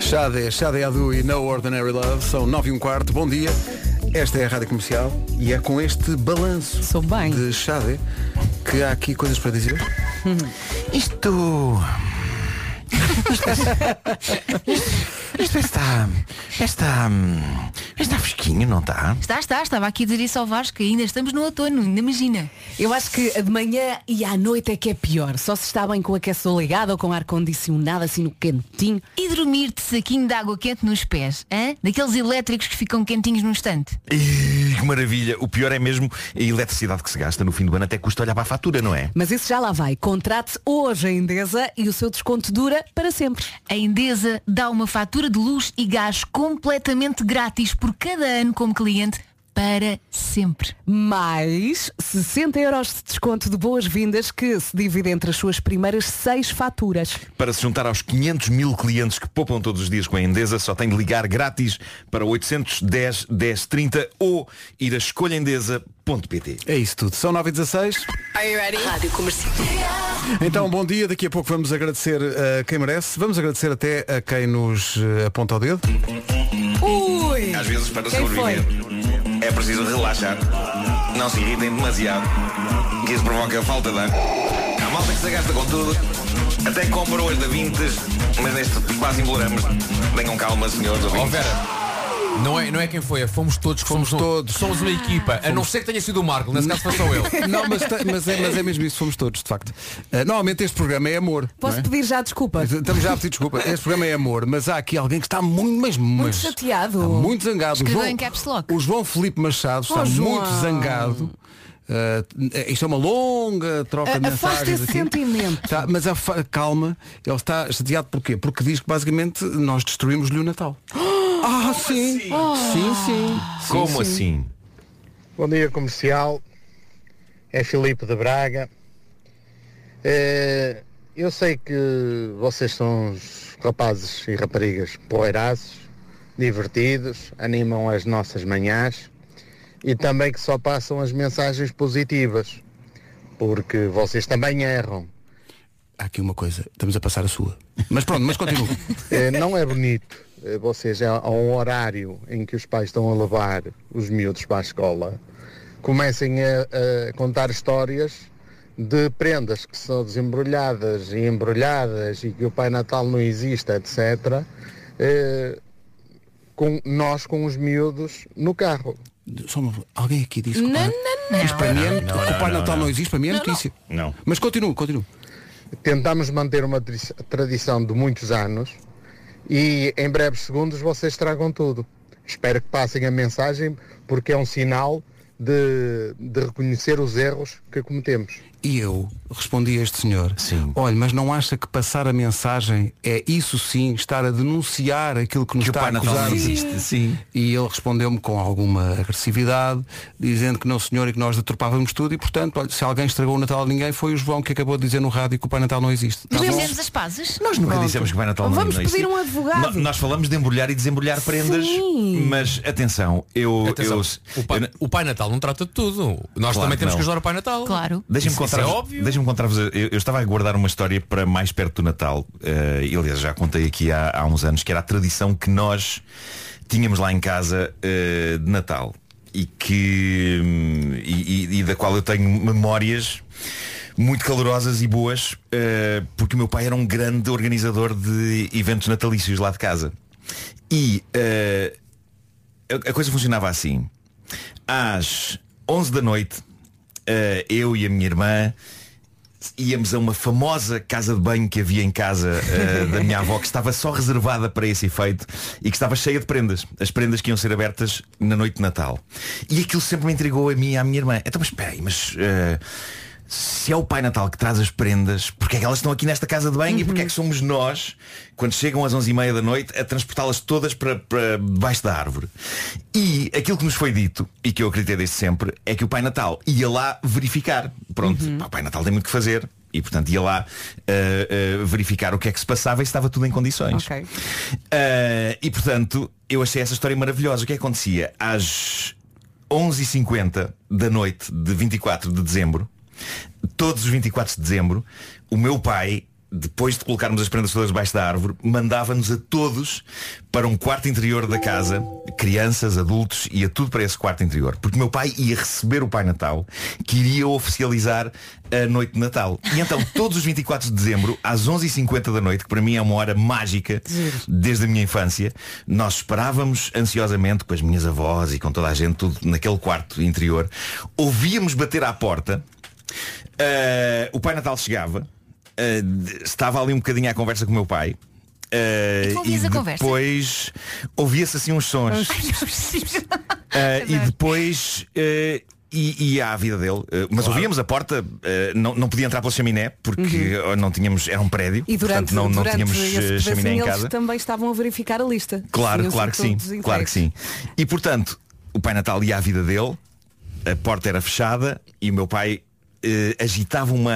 B: Shade, Shadeadu e No Ordinary Love são 9 e um quarto. Bom dia. Esta é a Rádio Comercial e é com este balanço de Shade que há aqui coisas para dizer.
P: Isto. é- Isto é- está. Está. Está fresquinho, não está?
E: Está, está, estava aqui a dizer isso ao Vasco, ainda estamos no outono, ainda imagina.
D: Eu acho que de manhã e à noite é que é pior. Só se está bem com o aquecedor ligado ou com o ar-condicionado assim no cantinho.
E: E dormir-te saquinho de água quente nos pés, hã? Daqueles elétricos que ficam quentinhos num instante.
P: Ih, que maravilha. O pior é mesmo a eletricidade que se gasta no fim do ano até custa olhar para a fatura, não é?
D: Mas isso já lá vai. Contrate hoje a Endesa e o seu desconto dura para sempre.
E: A Endesa dá uma fatura de luz e gás completamente grátis por cada ano como cliente para sempre.
D: Mais 60 euros de desconto de boas-vindas que se divide entre as suas primeiras seis faturas.
P: Para se juntar aos 500 mil clientes que poupam todos os dias com a Endesa, só tem de ligar grátis para 810 1030 ou ir a escolhaendesa.pt.
B: É isso tudo. São 9 e 16
G: Are you ready? Rádio Comercial.
B: Então, bom dia. Daqui a pouco vamos agradecer a quem merece. Vamos agradecer até a quem nos eh, aponta o dedo.
D: Ui!
M: Às vezes, para
D: Quem
M: sobreviver, é preciso relaxar. Não se irritem demasiado, que isso provoca falta de ar. Há malta que se gasta com tudo, até compra hoje da Vintes, mas neste quase embolamos. Tenham calma, senhores ouvintes.
J: Não é, não é quem foi, é fomos todos que somos, todos. Somos uma equipa, a não ser que tenha sido o Marco, nesse caso foi só eu.
B: Não, mas, te- mas é, mas é mesmo isso, somos todos, de facto. Eh, normalmente este programa é amor.
D: Posso
B: não é?
D: pedir já desculpa?
B: Estamos já a pedir desculpa. Este programa é amor, mas há aqui alguém que está muito, mas
D: Muito
B: mas-
D: chateado.
B: está muito zangado. O
D: Escreveu
B: João-
D: em caps lock.
B: O João Felipe Machado
D: Oh,
B: está
D: João.
B: muito zangado. Eh, isto é uma longa troca de
D: A- afasta
B: mensagens
D: esse
B: aqui.
D: sentimento.
B: Tá, mas a fa- calma, ele está chateado porquê? Porque diz que basicamente nós destruímos-lhe o Natal. Ah, sim.
D: assim?
B: Sim, sim.
P: Como
B: sim.
P: assim?
S: Bom dia comercial, é Filipe de Braga. Eh, eu sei que vocês são uns rapazes e raparigas poeiraços, divertidos, animam as nossas manhãs e também que só passam as mensagens positivas, porque vocês também erram.
B: Há aqui uma coisa, estamos a passar a sua. Mas pronto, mas continua.
S: Eh, não é bonito. eh, Vocês, há há um horário em que os pais estão a levar os miúdos para a escola, comecem a, a contar histórias de prendas que são desembrulhadas e embrulhadas e que o Pai Natal não existe, etc. eh, com, nós com os miúdos no carro.
B: Só uma- alguém aqui disse que o
S: Não,
B: Pai-
S: não, não.
B: Isto para mim é-
S: Não, não,
B: que o Pai
S: não,
B: Natal
S: não.
B: não existe, para mim é
S: Não,
B: notícia.
P: Não.
B: Mas continua, continua.
S: Tentamos manter uma tri- tradição de muitos anos e em breves segundos vocês tragam tudo. Espero que passem a mensagem porque é um sinal de, de reconhecer os erros que cometemos.
B: E eu respondi a este senhor, sim. olha, mas não acha que passar a mensagem é isso sim, estar a denunciar aquilo que nos
P: Que o
B: está
P: Pai
B: a
P: Natal
B: acusar?
P: não existe,
B: sim. E ele respondeu-me com alguma agressividade, dizendo que não senhor e que nós deturpávamos tudo e portanto, olha, se alguém estragou o Natal a ninguém foi o João que acabou de dizer no rádio que o Pai Natal não existe. Tá
E: Mas
B: bom?
E: fizemos as pazes.
P: Nós nunca dissemos que vai Natal não
B: é
D: Vamos
P: não
D: pedir
P: existe.
D: um advogado.
P: No- Nós falamos de embrulhar e desembrulhar prendas, mas atenção, eu,
J: Atenção,
P: eu-
J: o, pai, o Pai Natal não trata de tudo. Nós
P: Claro
J: também
P: que
J: temos
P: não.
J: que ajudar o Pai Natal. Claro.
P: Deixem-me
J: contar. É
P: contar-vos
J: óbvio.
P: deixem-me contar-vos, eu, eu estava a guardar uma história para mais perto do Natal eh, e aliás já contei aqui há, há uns anos que era a tradição que nós tínhamos lá em casa eh, de Natal e que hum, e, e- e da qual eu tenho memórias muito calorosas e boas eh, porque o meu pai era um grande organizador de eventos natalícios lá de casa e eh, a, a coisa funcionava assim. Às 11 da noite, eh, eu e a minha irmã íamos a uma famosa casa de banho que havia em casa eh, da minha avó, que estava só reservada para esse efeito e que estava cheia de prendas. As prendas que iam ser abertas na noite de Natal. E aquilo sempre me intrigou a mim e à minha irmã. Então, mas espera aí, mas... eh, se é o Pai Natal que traz as prendas, porque é que elas estão aqui nesta casa de banho e porque é que somos nós, quando chegam às 11h30 da noite, a transportá-las todas para, para debaixo da árvore? E aquilo que nos foi dito, e que eu acreditei desde sempre, é que o Pai Natal ia lá verificar. Pronto, pá, o Pai Natal tem muito o que fazer. E portanto ia lá ah, ah, verificar o que é que se passava e se estava tudo em condições. Ah, e portanto, eu achei essa história maravilhosa. O que é que acontecia? Às 11h50 da noite de 24 de dezembro, todos os 24 de dezembro, o meu pai, depois de colocarmos as prendas todas debaixo da árvore, mandava-nos a todos para um quarto interior da casa, crianças, adultos, ia tudo para esse quarto interior. Porque o meu pai ia receber o Pai Natal, que iria oficializar a noite de Natal. E então, todos os 24 de dezembro, às 11h50 da noite, que para mim é uma hora mágica, desde a minha infância, nós esperávamos ansiosamente com as minhas avós e com toda a gente, tudo naquele quarto interior, ouvíamos bater à porta, Uh, o Pai Natal chegava, uh, de- estava ali um bocadinho à conversa com o meu pai. uh,
E: E tu ouvias a conversa?
P: depois ouvia-se assim uns sons.
E: Ai, não, é preciso.
I: é
J: Eh,
P: Uh, e depois uh, e, e à vida dele. Uh, mas ouvíamos a porta, uh, não, não podia entrar pela chaminé, porque uh, não tínhamos, era um prédio,
D: E durante,
P: portanto não, não
D: durante
P: tínhamos
D: esse
P: uh,
D: pedacinho,
P: chaminé em
D: eles
P: casa.
D: também estavam a verificar a lista.
P: Claro,
D: Tinham-se
P: claro que sim,
D: todos entregues.
P: claro que sim. E portanto, o Pai Natal ia à vida dele, a porta era fechada e o meu pai eh, agitava uma.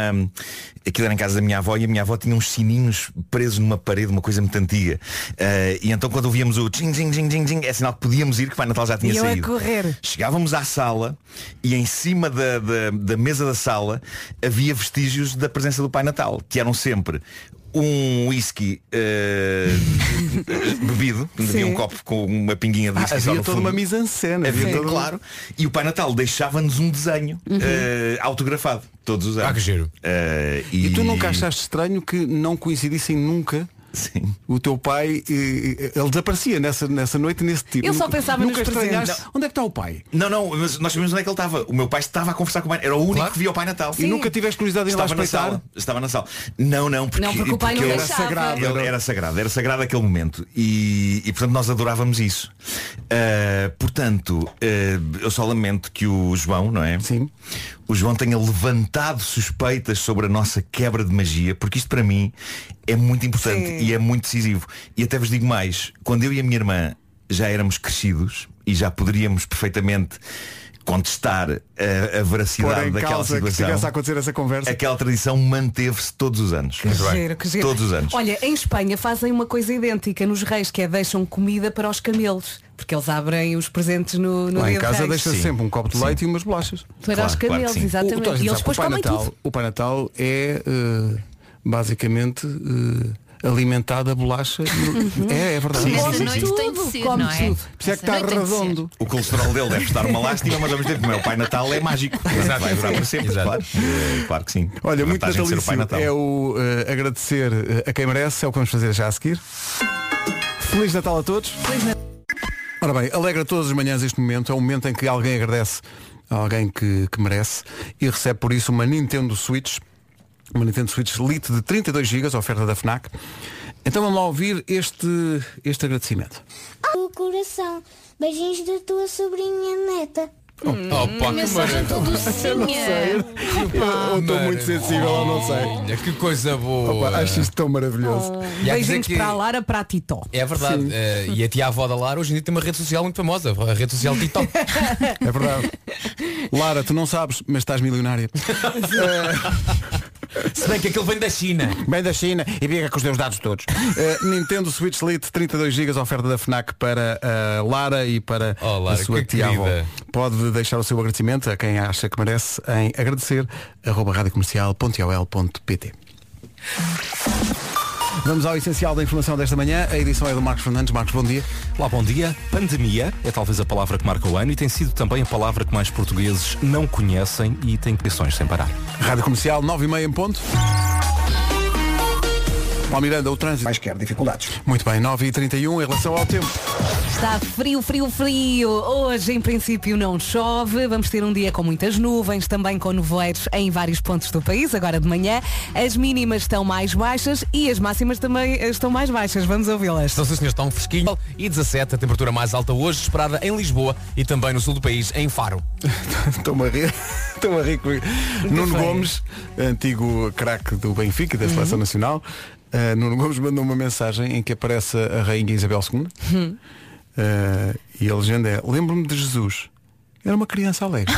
P: Aquilo era em casa da minha avó e a minha avó tinha uns sininhos presos numa parede, uma coisa muito antiga. Eh, e então quando ouvíamos o tchim, tchim, tchim, tchim, tchim, é sinal que podíamos ir, que o Pai Natal já tinha
D: E eu a
P: saído.
D: correr.
P: Chegávamos à sala e em cima da, da- da mesa da sala havia vestígios da presença do Pai Natal, que eram sempre um whisky eh, bebido, havia um
B: Sim.
P: copo com uma pinguinha de
B: Ah,
P: whisky só
B: havia
P: no
B: toda
P: fundo.
B: uma mise en scène.
P: Havia
B: Sim.
P: todo, claro. E o Pai Natal deixava-nos um desenho
B: Uhum.
P: eh, autografado todos os anos. Ah, que
J: giro.
P: e...
B: E tu nunca achaste estranho que não coincidissem nunca
P: Sim.
B: o teu pai, eh, ele desaparecia nessa, nessa noite, nesse tipo.
D: Ele só
B: Nunca-
D: pensava
B: nunca
D: nos presentes.
B: estranhaste, Onde é que está o pai?
P: Não, não, mas nós sabíamos onde é que ele estava. O meu pai estava a conversar com o pai. Era o único que via o Pai Natal.
B: E nunca tiveste curiosidade em ir lá
P: estava na
B: espreitar?
P: sala. Estava na sala. Não, não, porque,
B: Não, porque o pai não
P: ele
B: deixava.
P: Era sagrado, ele era sagrado, era sagrado aquele momento. E, e, portanto nós adorávamos isso. Ah, portanto, ah, eu só lamento que o João, não é?
B: Sim.
P: O João tenha levantado suspeitas sobre a nossa quebra de magia, porque isto para mim é muito importante
T: Sim.
P: e é muito decisivo. E até vos digo mais, quando eu e a minha irmã já éramos crescidos e já poderíamos perfeitamente contestar a, a
B: Pôr
P: veracidade
B: em
P: daquela
B: causa que estivesse a
P: situação.
B: acontecer essa conversa.
P: Aquela tradição manteve-se todos os anos.
D: Que giro, que giro.
P: Todos os anos.
D: Olha, em Espanha fazem uma coisa idêntica nos reis, que é deixam comida para os camelos, porque eles abrem os presentes no, no
B: Lá
D: dia
B: em
D: de
B: casa
D: reis.
B: deixa sempre um copo de leite e umas bolachas.
D: Para os camelos,
B: que sim.
D: exatamente.
B: O- tu has de
D: E
B: pensar
D: eles
B: que o
D: depois
B: Pai
D: comem
B: Natal,
D: tudo.
B: O Pai Natal é eh, basicamente eh, alimentado a bolacha. no- é, é verdade.
P: Sim, sim, sim.
D: Uhum. Tudo,
E: ser,
D: come
E: não é?
D: tudo.
B: Por isso é que está
E: Não, tem que ser.
B: redondo.
P: O colesterol dele deve estar uma lástima, mas ao mesmo tempo o meu Pai Natal é mágico.
B: Exato.
P: Vai durar para sempre, claro. Eh, Claro que sim.
B: Olha,
P: A
B: muito
P: vantagem de ser
B: natalício
P: o Pai Natal.
B: é o eh, agradecer eh, a quem merece, é o que vamos fazer já a seguir. Feliz Natal a todos. Ora bem, alegra todas as manhãs este momento, é o momento em que alguém agradece a alguém que, que merece e recebe por isso uma Nintendo Switch, uma Nintendo Switch Lite de 32 GB, oferta da FNAC. Então vamos lá ouvir este, este agradecimento.
U: O coração, beijinhos da tua sobrinha neta.
J: Opa, que
E: mensagem tão
J: maravilha.
E: docinha.
B: Eu estou muito sensível, eu não sei.
J: Olha, Que coisa boa.
B: Opa, acho isto tão maravilhoso.
J: E há que dizer
D: Beijinhos
J: que-
D: para a Lara, para a Titó.
J: É verdade.
D: Sim.
J: eh, e a tia avó da Lara hoje em dia tem uma rede social muito famosa, a rede social TikTok.
B: É verdade. Lara, tu não sabes, mas estás milionária.
J: Se bem que aquele vem da China.
B: Vem da China e fica com os teus dados todos. Eh, Nintendo Switch Lite 32 GB oferta da FNAC para a Lara e para
J: Oh, Lara,
B: a sua
J: que
B: tia avó.
J: querida.
B: Pode deixar o seu agradecimento a quem acha que merece em agradecer arroba radiocomercial.ol.pt Vamos ao essencial da informação desta manhã. A edição é do Marcos Fernandes. Marcos, bom dia.
O: Olá, bom dia. Pandemia é talvez a palavra que marca o ano e tem sido também a palavra que mais portugueses não conhecem e têm pressões sem parar.
B: Rádio Comercial, 9 e meia em ponto. Paulo Miranda, o trânsito. Mais
C: quer dificuldades.
B: Muito bem, 9 e 31 em relação ao tempo.
D: Está frio, frio, frio. Hoje, em princípio, não chove. Vamos ter um dia com muitas nuvens, também com nevoeiros em vários pontos do país, agora de manhã. As mínimas estão mais baixas e as máximas também eh, estão mais baixas. Vamos ouvi-las.
J: Então, sim, senhores, está um fresquinho. E 17, a temperatura mais alta hoje esperada em Lisboa e também no sul do país, em Faro.
B: Estou-me a rir. Estou-me a rir comigo. Nuno Gomes, antigo craque do Benfica e da Seleção Nacional, eh, Nuno Gomes mandou uma mensagem em que aparece a Rainha Isabel II eh, e a legenda é Lembro-me de Jesus. Era uma criança alegre.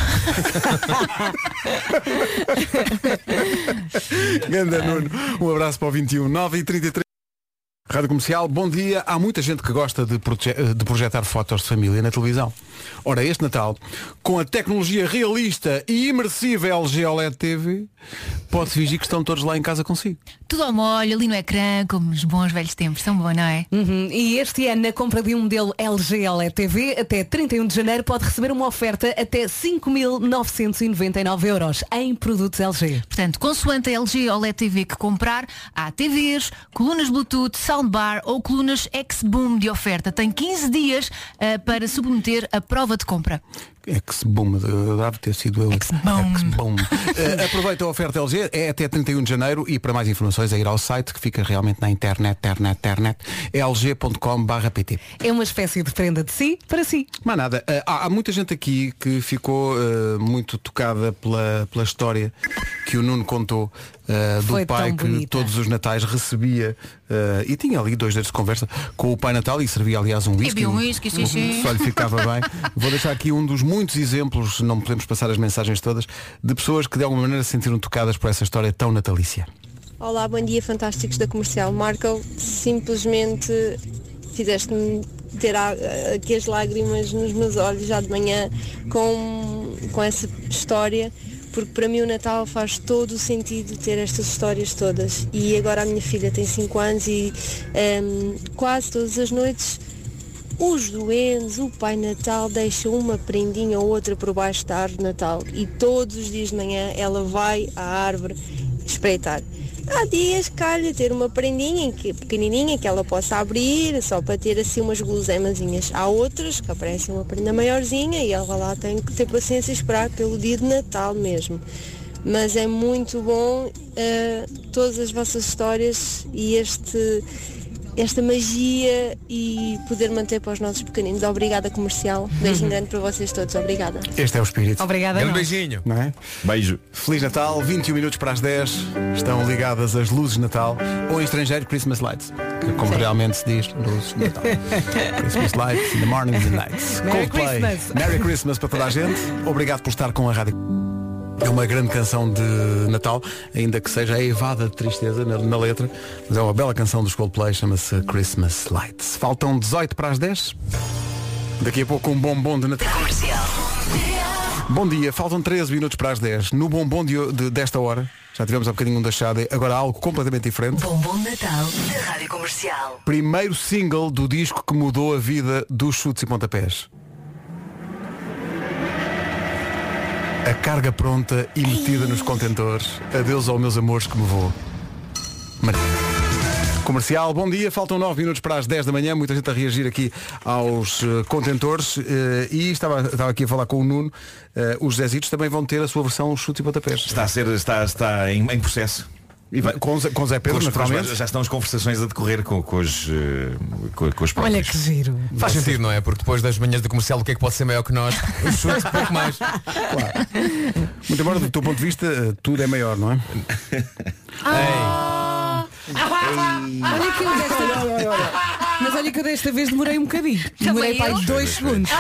B: Ganda Nuno, um abraço para o 21, 9 e 33 Rádio Comercial, bom dia. Há muita gente que gosta de, proje- eh, de projetar fotos de família na televisão. Ora, este Natal, com a tecnologia realista e imersiva LG OLED TV, pode fingir que estão todos lá em casa consigo.
E: Tudo ao molho, ali no ecrã, como nos bons velhos tempos. Tão bom, não é?
D: Uhum. E este ano, na compra de um modelo LG OLED TV, até 31 de janeiro, pode receber uma oferta até 5.999 euros em produtos LG.
E: Portanto, consoante é a LG OLED TV que comprar, há TVs, colunas Bluetooth, soundbar ou colunas X-Boom de oferta. Tem 15 dias ah, para submeter a prova de compra.
B: É Ex-boom, eh, deve ter sido É eu. Ex-boom. Eh, aproveita a oferta LG, é até 31 de janeiro e para mais informações é ir ao site que fica realmente na internet, internet, internet, lg.com.pt.
D: É uma espécie de prenda de si para si.
B: Mas nada, eh, há, há muita gente aqui que ficou eh, muito tocada pela, pela história que o Nuno contou eh,
D: Foi
B: do pai
D: tão
B: que
D: bonita.
B: todos os natais recebia eh, e tinha ali dois dedos de conversa com o pai natal e servia aliás um whisky.
E: Bebia um whisky, sim, sim.
B: Só lhe ficava bem. Vou deixar aqui um dos muitos exemplos, não podemos passar as mensagens todas, de pessoas que de alguma maneira se sentiram tocadas por essa história tão natalícia.
T: Olá, bom dia, fantásticos da comercial. Marco, simplesmente fizeste-me ter a- aqui as lágrimas nos meus olhos já de manhã com, com essa história, porque para mim o Natal faz todo o sentido ter estas histórias todas. E agora a minha filha tem 5 anos e ehm, quase todas as noites os doentes, o Pai Natal deixa uma prendinha ou outra por baixo da árvore de Natal e todos os dias de manhã ela vai à árvore espreitar. Há dias calha ter uma prendinha que, pequenininha que ela possa abrir só para ter assim umas guloseimazinhas. Há outras que aparecem uma prenda maiorzinha e ela lá tem que ter paciência e esperar pelo dia de Natal mesmo. Mas é muito bom eh, todas as vossas histórias e este esta magia e poder manter para os nossos pequeninos. Obrigada, comercial. Beijo grande para vocês todos. Obrigada.
B: Este é o espírito.
D: Obrigada.
B: Um
D: nós.
J: beijinho.
B: Não é?
P: Beijo.
B: Feliz Natal, 21 minutos para as 10. Estão ligadas as luzes de Natal, ou em estrangeiro, Christmas Lights. que Como realmente se diz, luzes de Natal. Christmas Lights, in the morning and the night.
R: Merry
B: Coldplay.
R: Christmas.
B: Merry Christmas para toda a gente. Obrigado por estar com a rádio. É uma grande canção de Natal, ainda que seja evada de tristeza na, na letra, mas é uma bela canção dos Coldplay, chama-se Christmas Lights. Faltam 18 para as 10. Daqui a pouco um bombom de Natal. Bom dia, faltam 13 minutos para as 10. No bombom de, de- desta hora, já tivemos há bocadinho um da Chade, agora algo completamente diferente.
G: Bombom de Natal da Rádio Comercial.
B: Primeiro single do disco que mudou a vida dos chutes e pontapés. A carga pronta e metida nos contentores. Adeus aos meus amores que me vou. Mar- Comercial, bom dia. Faltam 9 minutos para as 10 da manhã. Muita gente a reagir aqui aos eh, contentores. eh, e estava, estava aqui a falar com o Nuno. eh, os Zezitos também vão ter a sua versão chute e pontapés.
P: Está a ser, está, está em, em processo.
B: E vai- com, Zé- com Zé
P: Com
B: Pedro,
P: os- com os-
B: naturalmente.
P: já estão as conversações a decorrer com, com os, eh, com, com os próprios.
D: Olha que giro.
J: Faz sentido, não é? Porque depois das manhãs do comercial, o que é que pode ser maior que nós? Um chute, pouco mais.
B: Muito embora do teu ponto de vista, eh, tudo é maior, não é?
D: Olha que eu desta... Mas olha que eu desta vez demorei um bocadinho. Demorei para aí dois segundos.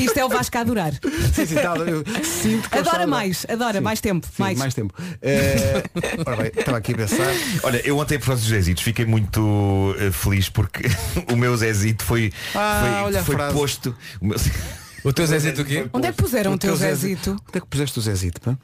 D: Isto é o Vasco a adorar.
B: Sim, sim, tá, eu sinto que eu
D: adora
B: estava-
D: mais, adora,
B: Sim.
D: mais tempo.
B: Sim, mais. tempo. Eh, ora bem, estava aqui a pensar.
P: Olha, eu ontem por causa dos Zezitos fiquei muito eh, feliz porque o meu Zezito foi,
D: Ah,
P: foi,
D: olha a
P: foi
D: frase.
P: posto. O, meu...
J: teu Zezito o quê?
D: Onde é que puseram o teu Zezito?
B: Onde é que puseste o Zezito? pá?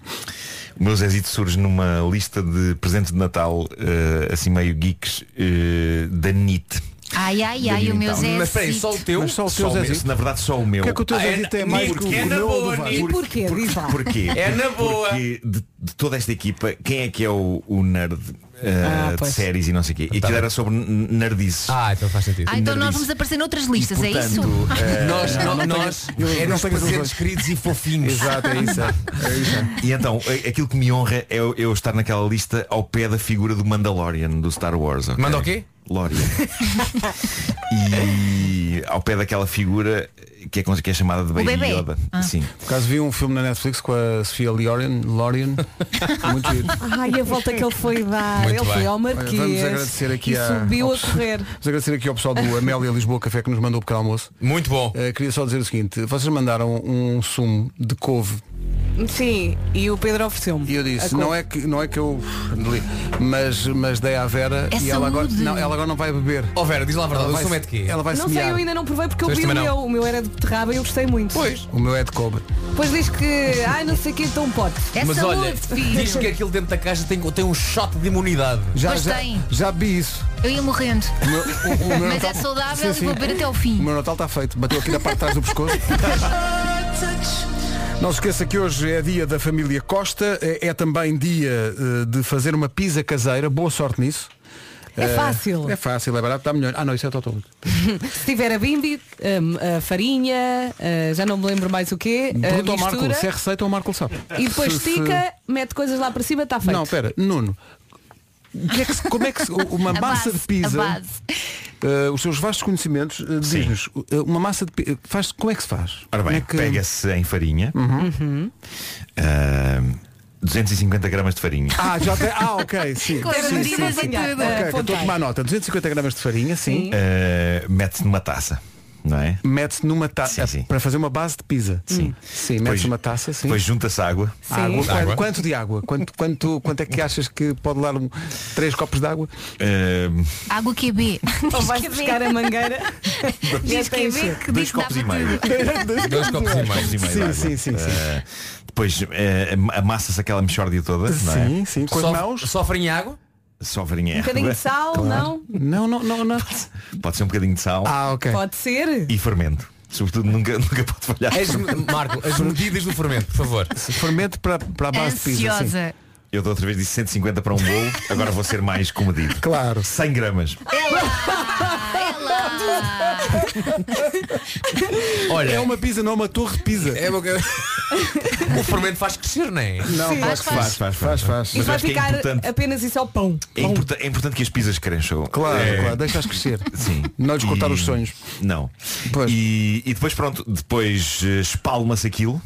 P: O meu Zezito surge numa lista de presentes de Natal, eh, assim meio geeks, eh, da NIT.
E: Ai, ai, ai, o meu Zé.
P: então. Mas peraí, só o teu? Mas só o teu Zezito? Na verdade, só o meu.
B: Porquê que o teu
P: Ah, é
B: Zezito é
P: na-
B: mais
P: porque
B: que o
P: é na
B: meu
P: boa,
B: do Vasco?
P: Nico.
D: E porquê? Diz lá.
P: Porquê?
J: É na boa.
P: Porque de, de toda esta equipa, quem é que é o, o nerd eh,
E: Ah,
P: de
E: pois.
P: séries e não sei o quê? E aquilo era sobre n- nerdices.
J: Tá Ah, então faz sentido.
E: Ah, então nós vamos aparecer noutras listas, é isso?
J: eh,
P: Nós-
J: no-
P: não
J: nós
P: tenho- eu não
J: éramos
P: tenho as
J: presentes
P: razões.
J: queridos e fofinhos.
P: Exato, é isso. E então, a- aquilo que me honra é eu, eu estar naquela lista ao pé da figura do Mandalorian do Star Wars. ok?
J: Manda o quê?
P: Lorian. e ao pé daquela figura que é, con- que é chamada de
B: O
P: Baby
B: bebê.
P: Yoda.
B: Ah.
P: Sim.
B: Por acaso vi um filme na Netflix com a Sofia Lorian. Lorian. Muito giro.
D: Ai, a volta que ele foi dar.
B: Muito
D: Ah, ele foi
B: bem.
D: ao Marquês.
B: Olha, vamos agradecer aqui
D: e
B: à-
D: subiu
B: ao
D: a
B: pessoal-
D: correr.
B: Vamos agradecer aqui ao pessoal do Amélia Lisboa Café que nos mandou o pequeno almoço. Eh,
J: Muito bom.
B: queria só dizer o seguinte, vocês mandaram um sumo de couve.
D: Sim, e o Pedro ofereceu-me.
B: E eu
D: A
B: disse,
D: couve.
B: não é que, não é que eu li, mas, mas dei à Vera
D: É
B: e ela agora,
D: saúde.
B: não, ela agora não vai beber.
J: Ó Oh, Vera, diz lá a verdade,
B: Ela
J: o
B: vai-
J: sumo é de quê?
B: Ela vai
D: Não
B: semear.
D: sei, eu ainda não provei porque eu
B: Vocês
D: vi o
B: também
D: meu.
B: não.
D: O meu era de beterraba e eu gostei muito. Pois.
B: O meu é de couve.
D: Depois diz que, ai, não sei o que, então pode.
J: Mas olha, diz que aquilo dentro da caixa tem, tem um shot de imunidade.
B: Já,
E: Pois
B: já,
E: tem.
B: já bebi isso.
E: Eu ia morrendo.
B: O meu- o- o meu
E: Mas
B: Natal-
E: é saudável
B: Sim,
E: e vou
B: sim.
E: beber até ao fim.
B: O meu Natal está feito. Bateu aqui na parte de trás do pescoço. Não se esqueça que hoje é dia da família Costa, é, é também dia eh, de fazer uma pizza caseira, boa sorte nisso.
D: É
B: Eh,
D: fácil.
B: É fácil, é barato, está melhor. Ah não, isso é Totó.
D: Se tiver a bimbi, hum, a farinha, ah, já não me lembro mais o quê, a
B: Pergunta ao Marco,
D: mistura.
B: se é receita, o Marco sabe.
D: E depois
B: Se- se-
D: estica, mete coisas lá para cima, está feito.
B: Não, espera, Nuno. o que é que se- Como é que, se- uma
D: A
B: massa
D: base,
B: de pizza,
D: a base.
B: eh, os seus vastos conhecimentos, eh, diz-nos, eh, uma massa de pizza, faz, como é que se faz?
P: Ora bem,
B: Como é que-
P: pega-se em farinha.
B: Uhum.
P: ah, 250 gramas de farinha.
B: Ah, já tem. Ah, ok, sim.
P: Com
B: sim,
P: as
B: sim, é
P: medidas
B: sim.
P: e tudo.
B: Ok, então que eu estou a tomar nota. 250 gramas de farinha, sim.
P: Ah, Mete-se numa taça. Não é?
B: Mete-se numa taça para fazer uma base de pizza. Sim. Sim,
P: Depois-
B: mete-se uma taça, sim.
P: Depois junta-se água.
B: Água. Quanto- Quanto de água? Quanto, quanto, quanto é que achas que pode dar um, três copos de água?
E: Água é QB.
D: Ou vais buscar a mangueira.
E: Diz
D: Mete a encher.
E: QB que diz que dá para
B: tudo.
P: Dois copos e meio.
B: Sim,
P: de água.
B: sim, sim, sim.
P: Eh, depois eh, am- amassa-se aquela mexórdia toda, não é?
B: Sim, sim, com as
P: Só-
B: mãos.
J: Só farinha e água?
P: Só farinha
D: Um bocadinho de sal, Oh, não?
B: Não, não, não, não.
P: Pode ser um bocadinho de sal.
B: Ah, ok.
D: Pode ser.
P: E fermento. Sobretudo nunca, nunca pode falhar.
J: As- Marco, um as medidas do fermento, por favor.
B: Fermento para, para a base de pizza. sim.
P: Eu da outra vez disse 150 para um bolo, agora vou ser mais comedido.
B: Claro.
P: 100 gramas.
J: Olha.
B: É uma pizza, não é uma torre de pizza.
J: É uma... O fermento faz crescer, não é?
B: Não,
D: Faz,
P: faz. faz, faz, faz.
B: faz.
D: E
P: Mas
D: vai
P: acho que é
D: ficar
P: importante.
D: apenas isso ao pão.
P: É, importa- é importante que as pizzas cresçam.
B: Claro,
P: É,
B: claro, deixa-as crescer.
P: Sim.
B: Não lhes cortar
P: E-
B: os sonhos.
P: Não. E, e depois pronto, depois eh, espalma-se aquilo.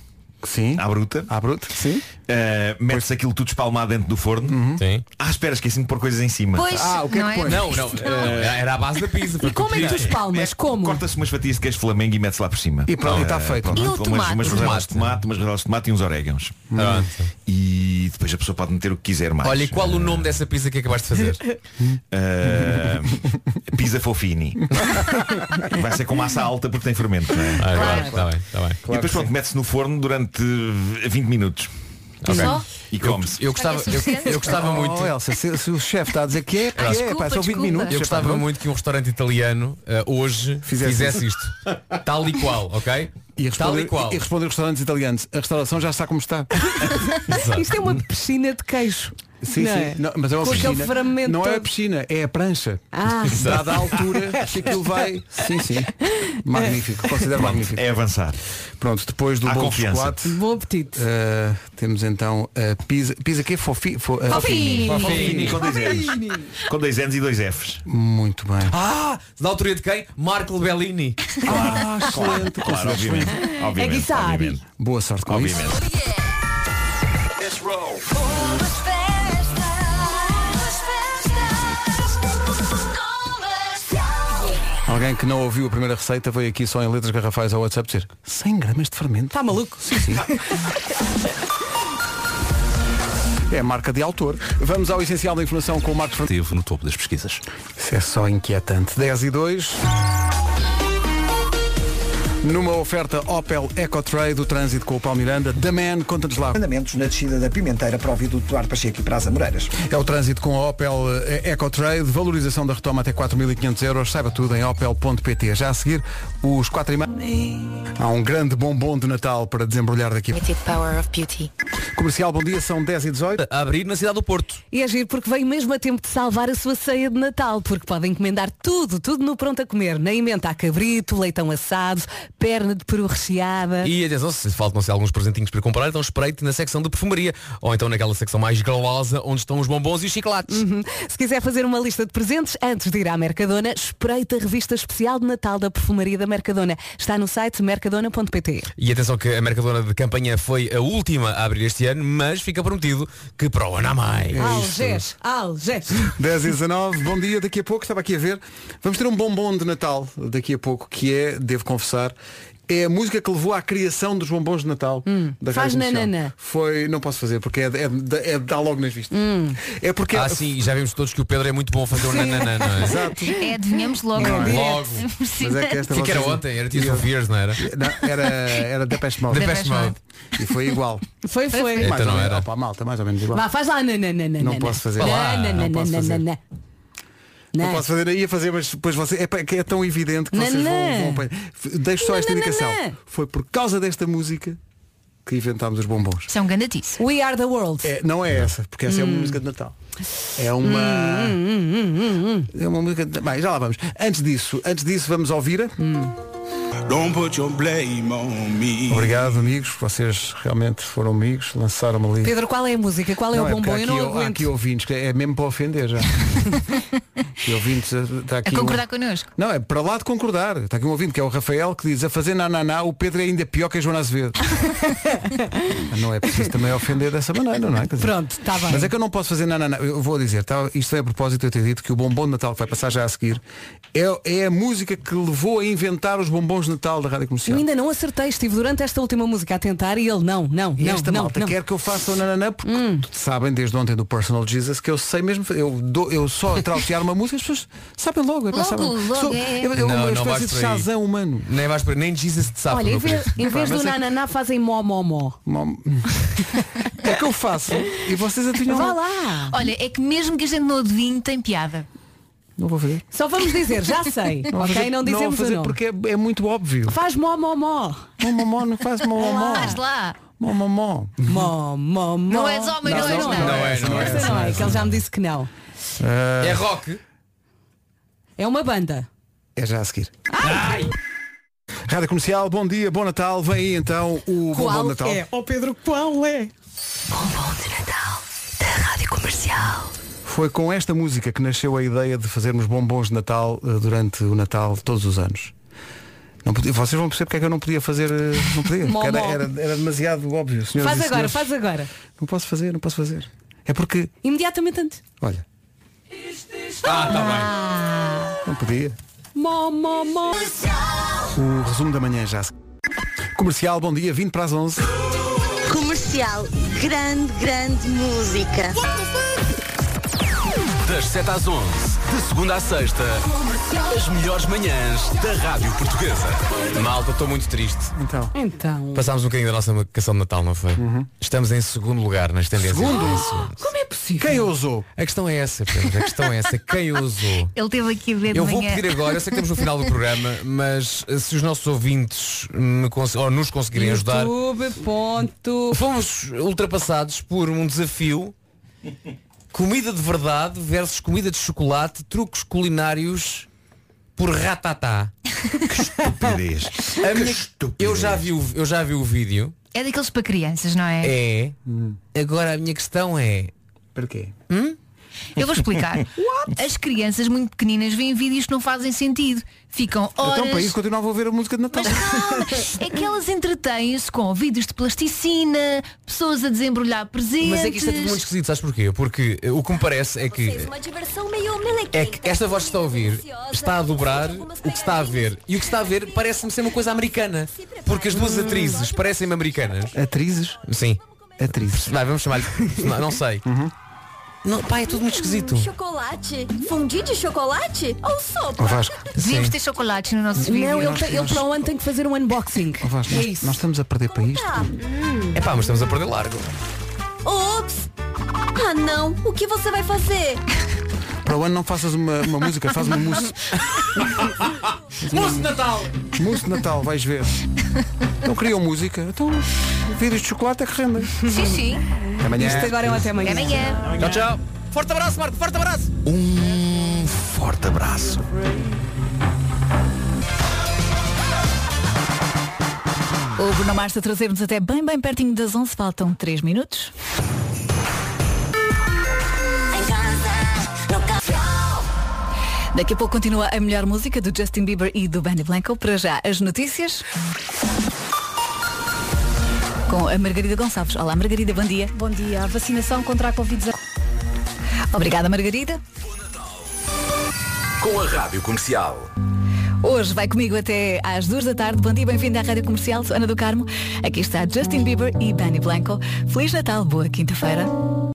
B: Sim.
P: À bruta. Eh,
B: À bruta, sim. Uhum.
P: Mete-se aquilo tudo espalmado dentro do forno.
J: Sim.
P: Ah, espera, esqueci-me de pôr coisas em cima.
J: Pois, Ah, o que é não que é pões?
P: Não,
J: Não,
P: não.
J: não, eh, era a base da pizza. para
D: como é que tu espalmas?
P: Como? Corta-se umas fatias de queijo flamengo e mete-se lá por cima.
B: E pronto, e tá
P: Eh,
B: feito.
P: pronto,
B: E o
P: com
B: tomate?
P: umas, umas
B: O
P: rodelas de tomate, umas rodelas de tomate e uns orégãos. E depois a pessoa pode meter o que quiser mais.
J: Olha, e qual o nome dessa pizza que acabaste de fazer?
P: Eh, pizza fofini. Vai ser com massa alta porque tem fermento, não é?
J: claro, Claro. tá bem, tá bem.
P: E depois pronto, mete-se no forno durante eh, 20 minutos.
J: E só?
P: E come-se.
J: Eu gostava- Olha, é eu- suficiente. eu gostava muito-
B: Oh, Elsa, se, se o chefe está a dizer que é, que é, pá, são 20 minutos.
J: Eu gostava
B: Pá, pronto.
J: muito que um restaurante italiano eh, hoje
B: Fizesse
J: fizesse,
B: isso.
J: isto. Tal e qual, ok?
B: E
J: Tal e
B: responder,
J: qual.
B: e responder restaurantes italianos. A restauração já está como está.
D: Isto é uma piscina de queijo.
B: Sim,
D: Não
B: sim.
D: é?
B: Não, mas é uma
D: Com aquele
B: piscina.
D: ferramenta
B: Não é a
D: todo.
B: piscina, é a prancha.
D: Ah.
B: Dada a altura que aquilo vai. Sim, sim. Magnífico. Considero magnífico.
P: É avançar.
B: Pronto, depois do
P: Há
B: bolo de
P: confiança.
B: chocolate. eh,
D: Bom apetite.
B: temos então a pizza. Pizza que é fofi, fo, eh,
P: Fofini.
B: Fofini.
P: Com dois
B: Fofini.
P: N's. Com dois N's e dois F's.
B: Muito bem.
J: Ah, da autoria de quem? Marco Bellini.
B: Ah,
P: excelente. Claro, obviamente.
J: É
P: obviamente,
J: Guissari.
P: obviamente.
B: Boa sorte com
P: Obviamente.
B: Alguém que não ouviu a primeira receita veio aqui só em letras garrafais ao WhatsApp dizer 100 gramas de fermento.
I: Tá
B: Está
D: maluco?
B: Sim, sim. É marca de autor. Vamos ao essencial da informação com o Marcos Fernandes.
O: Teve no topo das pesquisas.
B: Isso é só inquietante. 10 e 2. Numa oferta Opel EcoTrade, o trânsito com o Paulo Miranda. The Man, conta-nos lá.
C: Andamentos na descida da Pimenteira para o viaduto do Ar Pacheco e para as Amoreiras.
B: É o trânsito com a Opel eh, EcoTrade, valorização da retoma até 4.500 euros, saiba tudo em opel.pt. Já a seguir, os 4 e meia. Há um grande bombom de Natal para desembrulhar daqui. Comercial, bom dia, são 10 e 18.
J: A abrir na cidade do Porto.
D: E agir porque vem mesmo a tempo de salvar a sua ceia de Natal, porque podem encomendar tudo, tudo no pronto a comer. Na emenda a cabrito, leitão assado, perna de peru recheada.
J: E atenção, se faltam-se alguns presentinhos para comprar, então espreite na secção de perfumaria. Ou então naquela secção mais gravosa, onde estão os bombons e os chocolates.
D: Uhum. Se quiser fazer uma lista de presentes antes de ir à Mercadona, espreite a revista especial de Natal da Perfumaria da Mercadona. Está no site mercadona.pt.
J: E atenção que a Mercadona de campanha foi a última a abrir este ano, mas fica prometido que para o ano há
B: É
J: mais.
D: Algés, Algés.
B: 10 e 19, bom dia, daqui a pouco, estava aqui a ver, vamos ter um bombom de Natal daqui a pouco, que é, devo confessar, é a música que levou à criação dos bombons de Natal. da
D: Hum. faz
B: Rádio Comercial.
D: nanana.
B: Foi, não posso fazer, porque é, é, é dá logo nas vistas.
D: Hum.
B: É porque...
J: Ah, sim, e já vimos todos que o Pedro é muito bom a fazer o
B: Sim.
J: nananã, não é?
B: Exato.
E: É, adivinhamos logo.
J: Não é? Logo.
E: Sim.
B: Mas é que esta
J: Sim, que era
B: vocês-
J: ontem, era tipo, Tears of Years, não era?
B: Não, era, era Depeche Mode.
J: Depeche Mode.
B: E foi igual.
D: Foi, foi.
J: Então
B: Mais ou
J: não
B: menos.
J: era.
B: Opa, malta, mais ou menos igual.
D: Vá, faz lá. Não, não, não, não,
B: Não
D: não.
B: posso fazer.
D: Não,
B: Vá lá,
D: não, não,
B: não posso
D: não,
B: fazer.
D: não, não.
B: Não
D: Não.
B: posso fazer, ia fazer, mas depois você. É, pá, que é tão evidente que
D: Não,
B: vocês vão-
D: não.
B: vão, apanhar. F- Deixo só esta
D: Não, não,
B: indicação.
D: não.
B: Foi por causa desta música que inventámos os bombons.
E: São gandatice.
D: We are the world.
B: É, não é essa, porque essa é uma
D: Hum.
B: música de Natal. É uma.
D: hum,
B: É uma música. De... Bem, já lá vamos. Antes disso, antes disso vamos ouvir. a
D: Hum.
B: Obrigado, amigos. Vocês realmente foram amigos, lançaram-me ali.
D: Pedro, qual é a música? Qual é
B: Não,
D: o
B: é
D: bombom?
B: porque
D: eu não
B: há aqui, há
D: aguento.
B: aqui ouvintes, que é mesmo para ofender já. e ouvintes está aqui.
E: A concordar
B: um-
E: connosco.
B: Não, é para lá de concordar. Está aqui um ouvinte que é o Rafael que diz a fazer nananá o Pedro é ainda pior que a Joana Azevedo. não é preciso também ofender dessa maneira, não é?
D: Pronto, está bem.
B: Mas é que eu não posso fazer nananá. Eu vou dizer, tá, isto é a propósito, eu ter dito que o bombom de Natal que vai passar já a seguir é, é a música que levou a inventar os bombons de Natal da Rádio
D: Eu
B: Comercial.
D: ainda não acertei, estive durante esta última música a tentar e ele não, não,
B: E
D: não,
B: esta
D: não,
B: malta
D: não. Hum.
B: quer que eu faça o nananã porque sabem desde ontem do Personal Jesus que eu sei mesmo, fa- eu, dou, eu só trautear uma música, as pessoas sabem logo. é pá,
E: Logo,
B: sabem.
E: logo,
B: Sou-
E: é.
B: eu- eu-
J: Não,
B: uma
J: não vais
B: espécie de
J: por aí.
B: chazão humano.
J: Nem vais para nem Jesus de sapo.
D: Olha, em
J: meu
D: vez,
J: querido.
D: em vez
J: Pá,
D: do
J: mas é que-
D: nananá fazem mó, mó, mó.
B: É que eu faço e vocês adivinham.
D: Vá
B: logo.
D: lá.
E: Olha, é que mesmo que a gente não adivinhe, tem piada.
B: Não vou fazer.
D: Só vamos dizer, já sei,
B: Não vou
D: ok?
B: fazer-
D: Não
B: não vou
D: dizemos o
B: fazer
D: nome.
B: porque é, é muito óbvio.
D: Faz mó, mó, mó.
B: Mó, mó, mó, não faz mó, mó, mó.
E: Faz lá.
B: Mó, mó, mó.
D: Mó, mó, mó.
E: Não és homem, não, és
J: não
E: nada.
J: é, não é,
D: Essa não é, que ele já me disse que não.
B: Ah.
J: É rock?
D: É uma banda.
B: É já a seguir. Rádio Comercial, bom dia, bom Natal. Vem aí então o bombom de Natal.
D: Ó Pedro, qual é?
G: Rádio Comercial.
B: Foi com esta música que nasceu a ideia de fazermos bombons de Natal eh, durante o Natal todos os anos. Não podia- vocês vão perceber porque é que eu não podia fazer. eh, Não podia.
D: Mó,
B: porque Era,
D: mó.
B: era- era demasiado óbvio. senhoras
D: Faz
B: e
D: agora,
B: senhores.
D: faz agora.
B: Não posso fazer, não posso fazer. É porque,
D: Imediatamente antes.
B: olha,
J: Ah, tá
B: não podia.
D: Mó, mó, mó.
B: O resumo da manhã já. se- Comercial, bom dia, 20 para as 11.
K: Comercial, grande, grande música.
N: Das 7 às 11, de segunda à sexta, as melhores manhãs da Rádio Portuguesa.
J: bem. Malta, estou muito triste.
B: Então. Uhum.
D: Então.
J: Passámos um bocadinho da nossa canção de Natal, não foi? Estamos em segundo lugar nas tendências.
B: Segundo?
D: Como é possível?
B: Quem ousou?
J: A questão é essa, Pedro. A questão é essa. Quem ousou?
E: Ele teve aqui a ver de
J: Eu vou
E: manhã.
J: pedir agora, eu sei que estamos no final do programa, mas eh, se os nossos ouvintes me cons- ou nos conseguirem ajudar.
D: YouTube, ponto.
J: Fomos ultrapassados por um desafio Comida de verdade versus comida de chocolate, truques culinários por ratatá.
P: Estupidez.
J: A minha- eu, já vi o, eu já vi o vídeo.
E: É daqueles para crianças, não é?
J: É. Agora a minha questão é. hum? Porquê?
E: Eu vou explicar. As crianças muito pequeninas veem vídeos que não fazem sentido. Ficam horas.
B: Então, para isso, continuava a ouvir a música de Natal.
E: É que elas entretêm-se com vídeos de plasticina, pessoas a desembrulhar presentes.
J: Mas é que isto é tudo muito esquisito, sabes porquê? Porque eh, o que me parece é que
I: Uma diversão meio melequenta.
J: é que esta voz que está a ouvir está a dobrar o que está a ver. E o que está a ver parece-me ser uma coisa americana. Porque as duas atrizes parecem-me americanas.
B: Atrizes?
J: Sim.
B: Atrizes. Uhum.
J: vamos chamar-lhe. Não, não sei. Não, pá, é tudo muito esquisito.
I: Chocolate? Fundi de chocolate? Ou sopa?
B: Vasco.
E: Devíamos
B: Sim.
E: ter chocolate no nosso vídeo.
D: Não, ele, tem- ele para o ano tem que fazer um unboxing. É
B: Oh, Vasco, nós, nós estamos a perder para isto.
J: É pá, mas estamos a perder largo.
I: Ops! Ah não, o que você vai fazer?
B: Para o ano não faças uma, uma música, faz uma mousse.
J: mousse de Natal!
B: Mousse de Natal, vais ver. Não criam música. Então, vídeos de chocolate é que rendem.
E: Sim, sim.
B: Até amanhã.
D: Isto agora é um até amanhã.
E: Até amanhã.
J: Tchau, tchau. Forte abraço, Marco, forte abraço.
P: Um forte abraço.
G: O Bruno Mars a trazer-nos até bem, bem pertinho das 11. Faltam 3 minutos. Daqui a pouco continua a melhor música do Justin Bieber e do Benny Blanco. Para já, as notícias. Com a Margarida Gonçalves. Olá, Margarida, bom dia. Bom dia. A vacinação contra a Covid-19. Obrigada, Margarida.
N: Com a Rádio Comercial.
G: Hoje vai comigo até às duas da tarde. Bom dia, bem-vindo à Rádio Comercial, sou Ana do Carmo. Aqui está Justin Bieber e Dani Blanco. Feliz Natal, boa quinta-feira.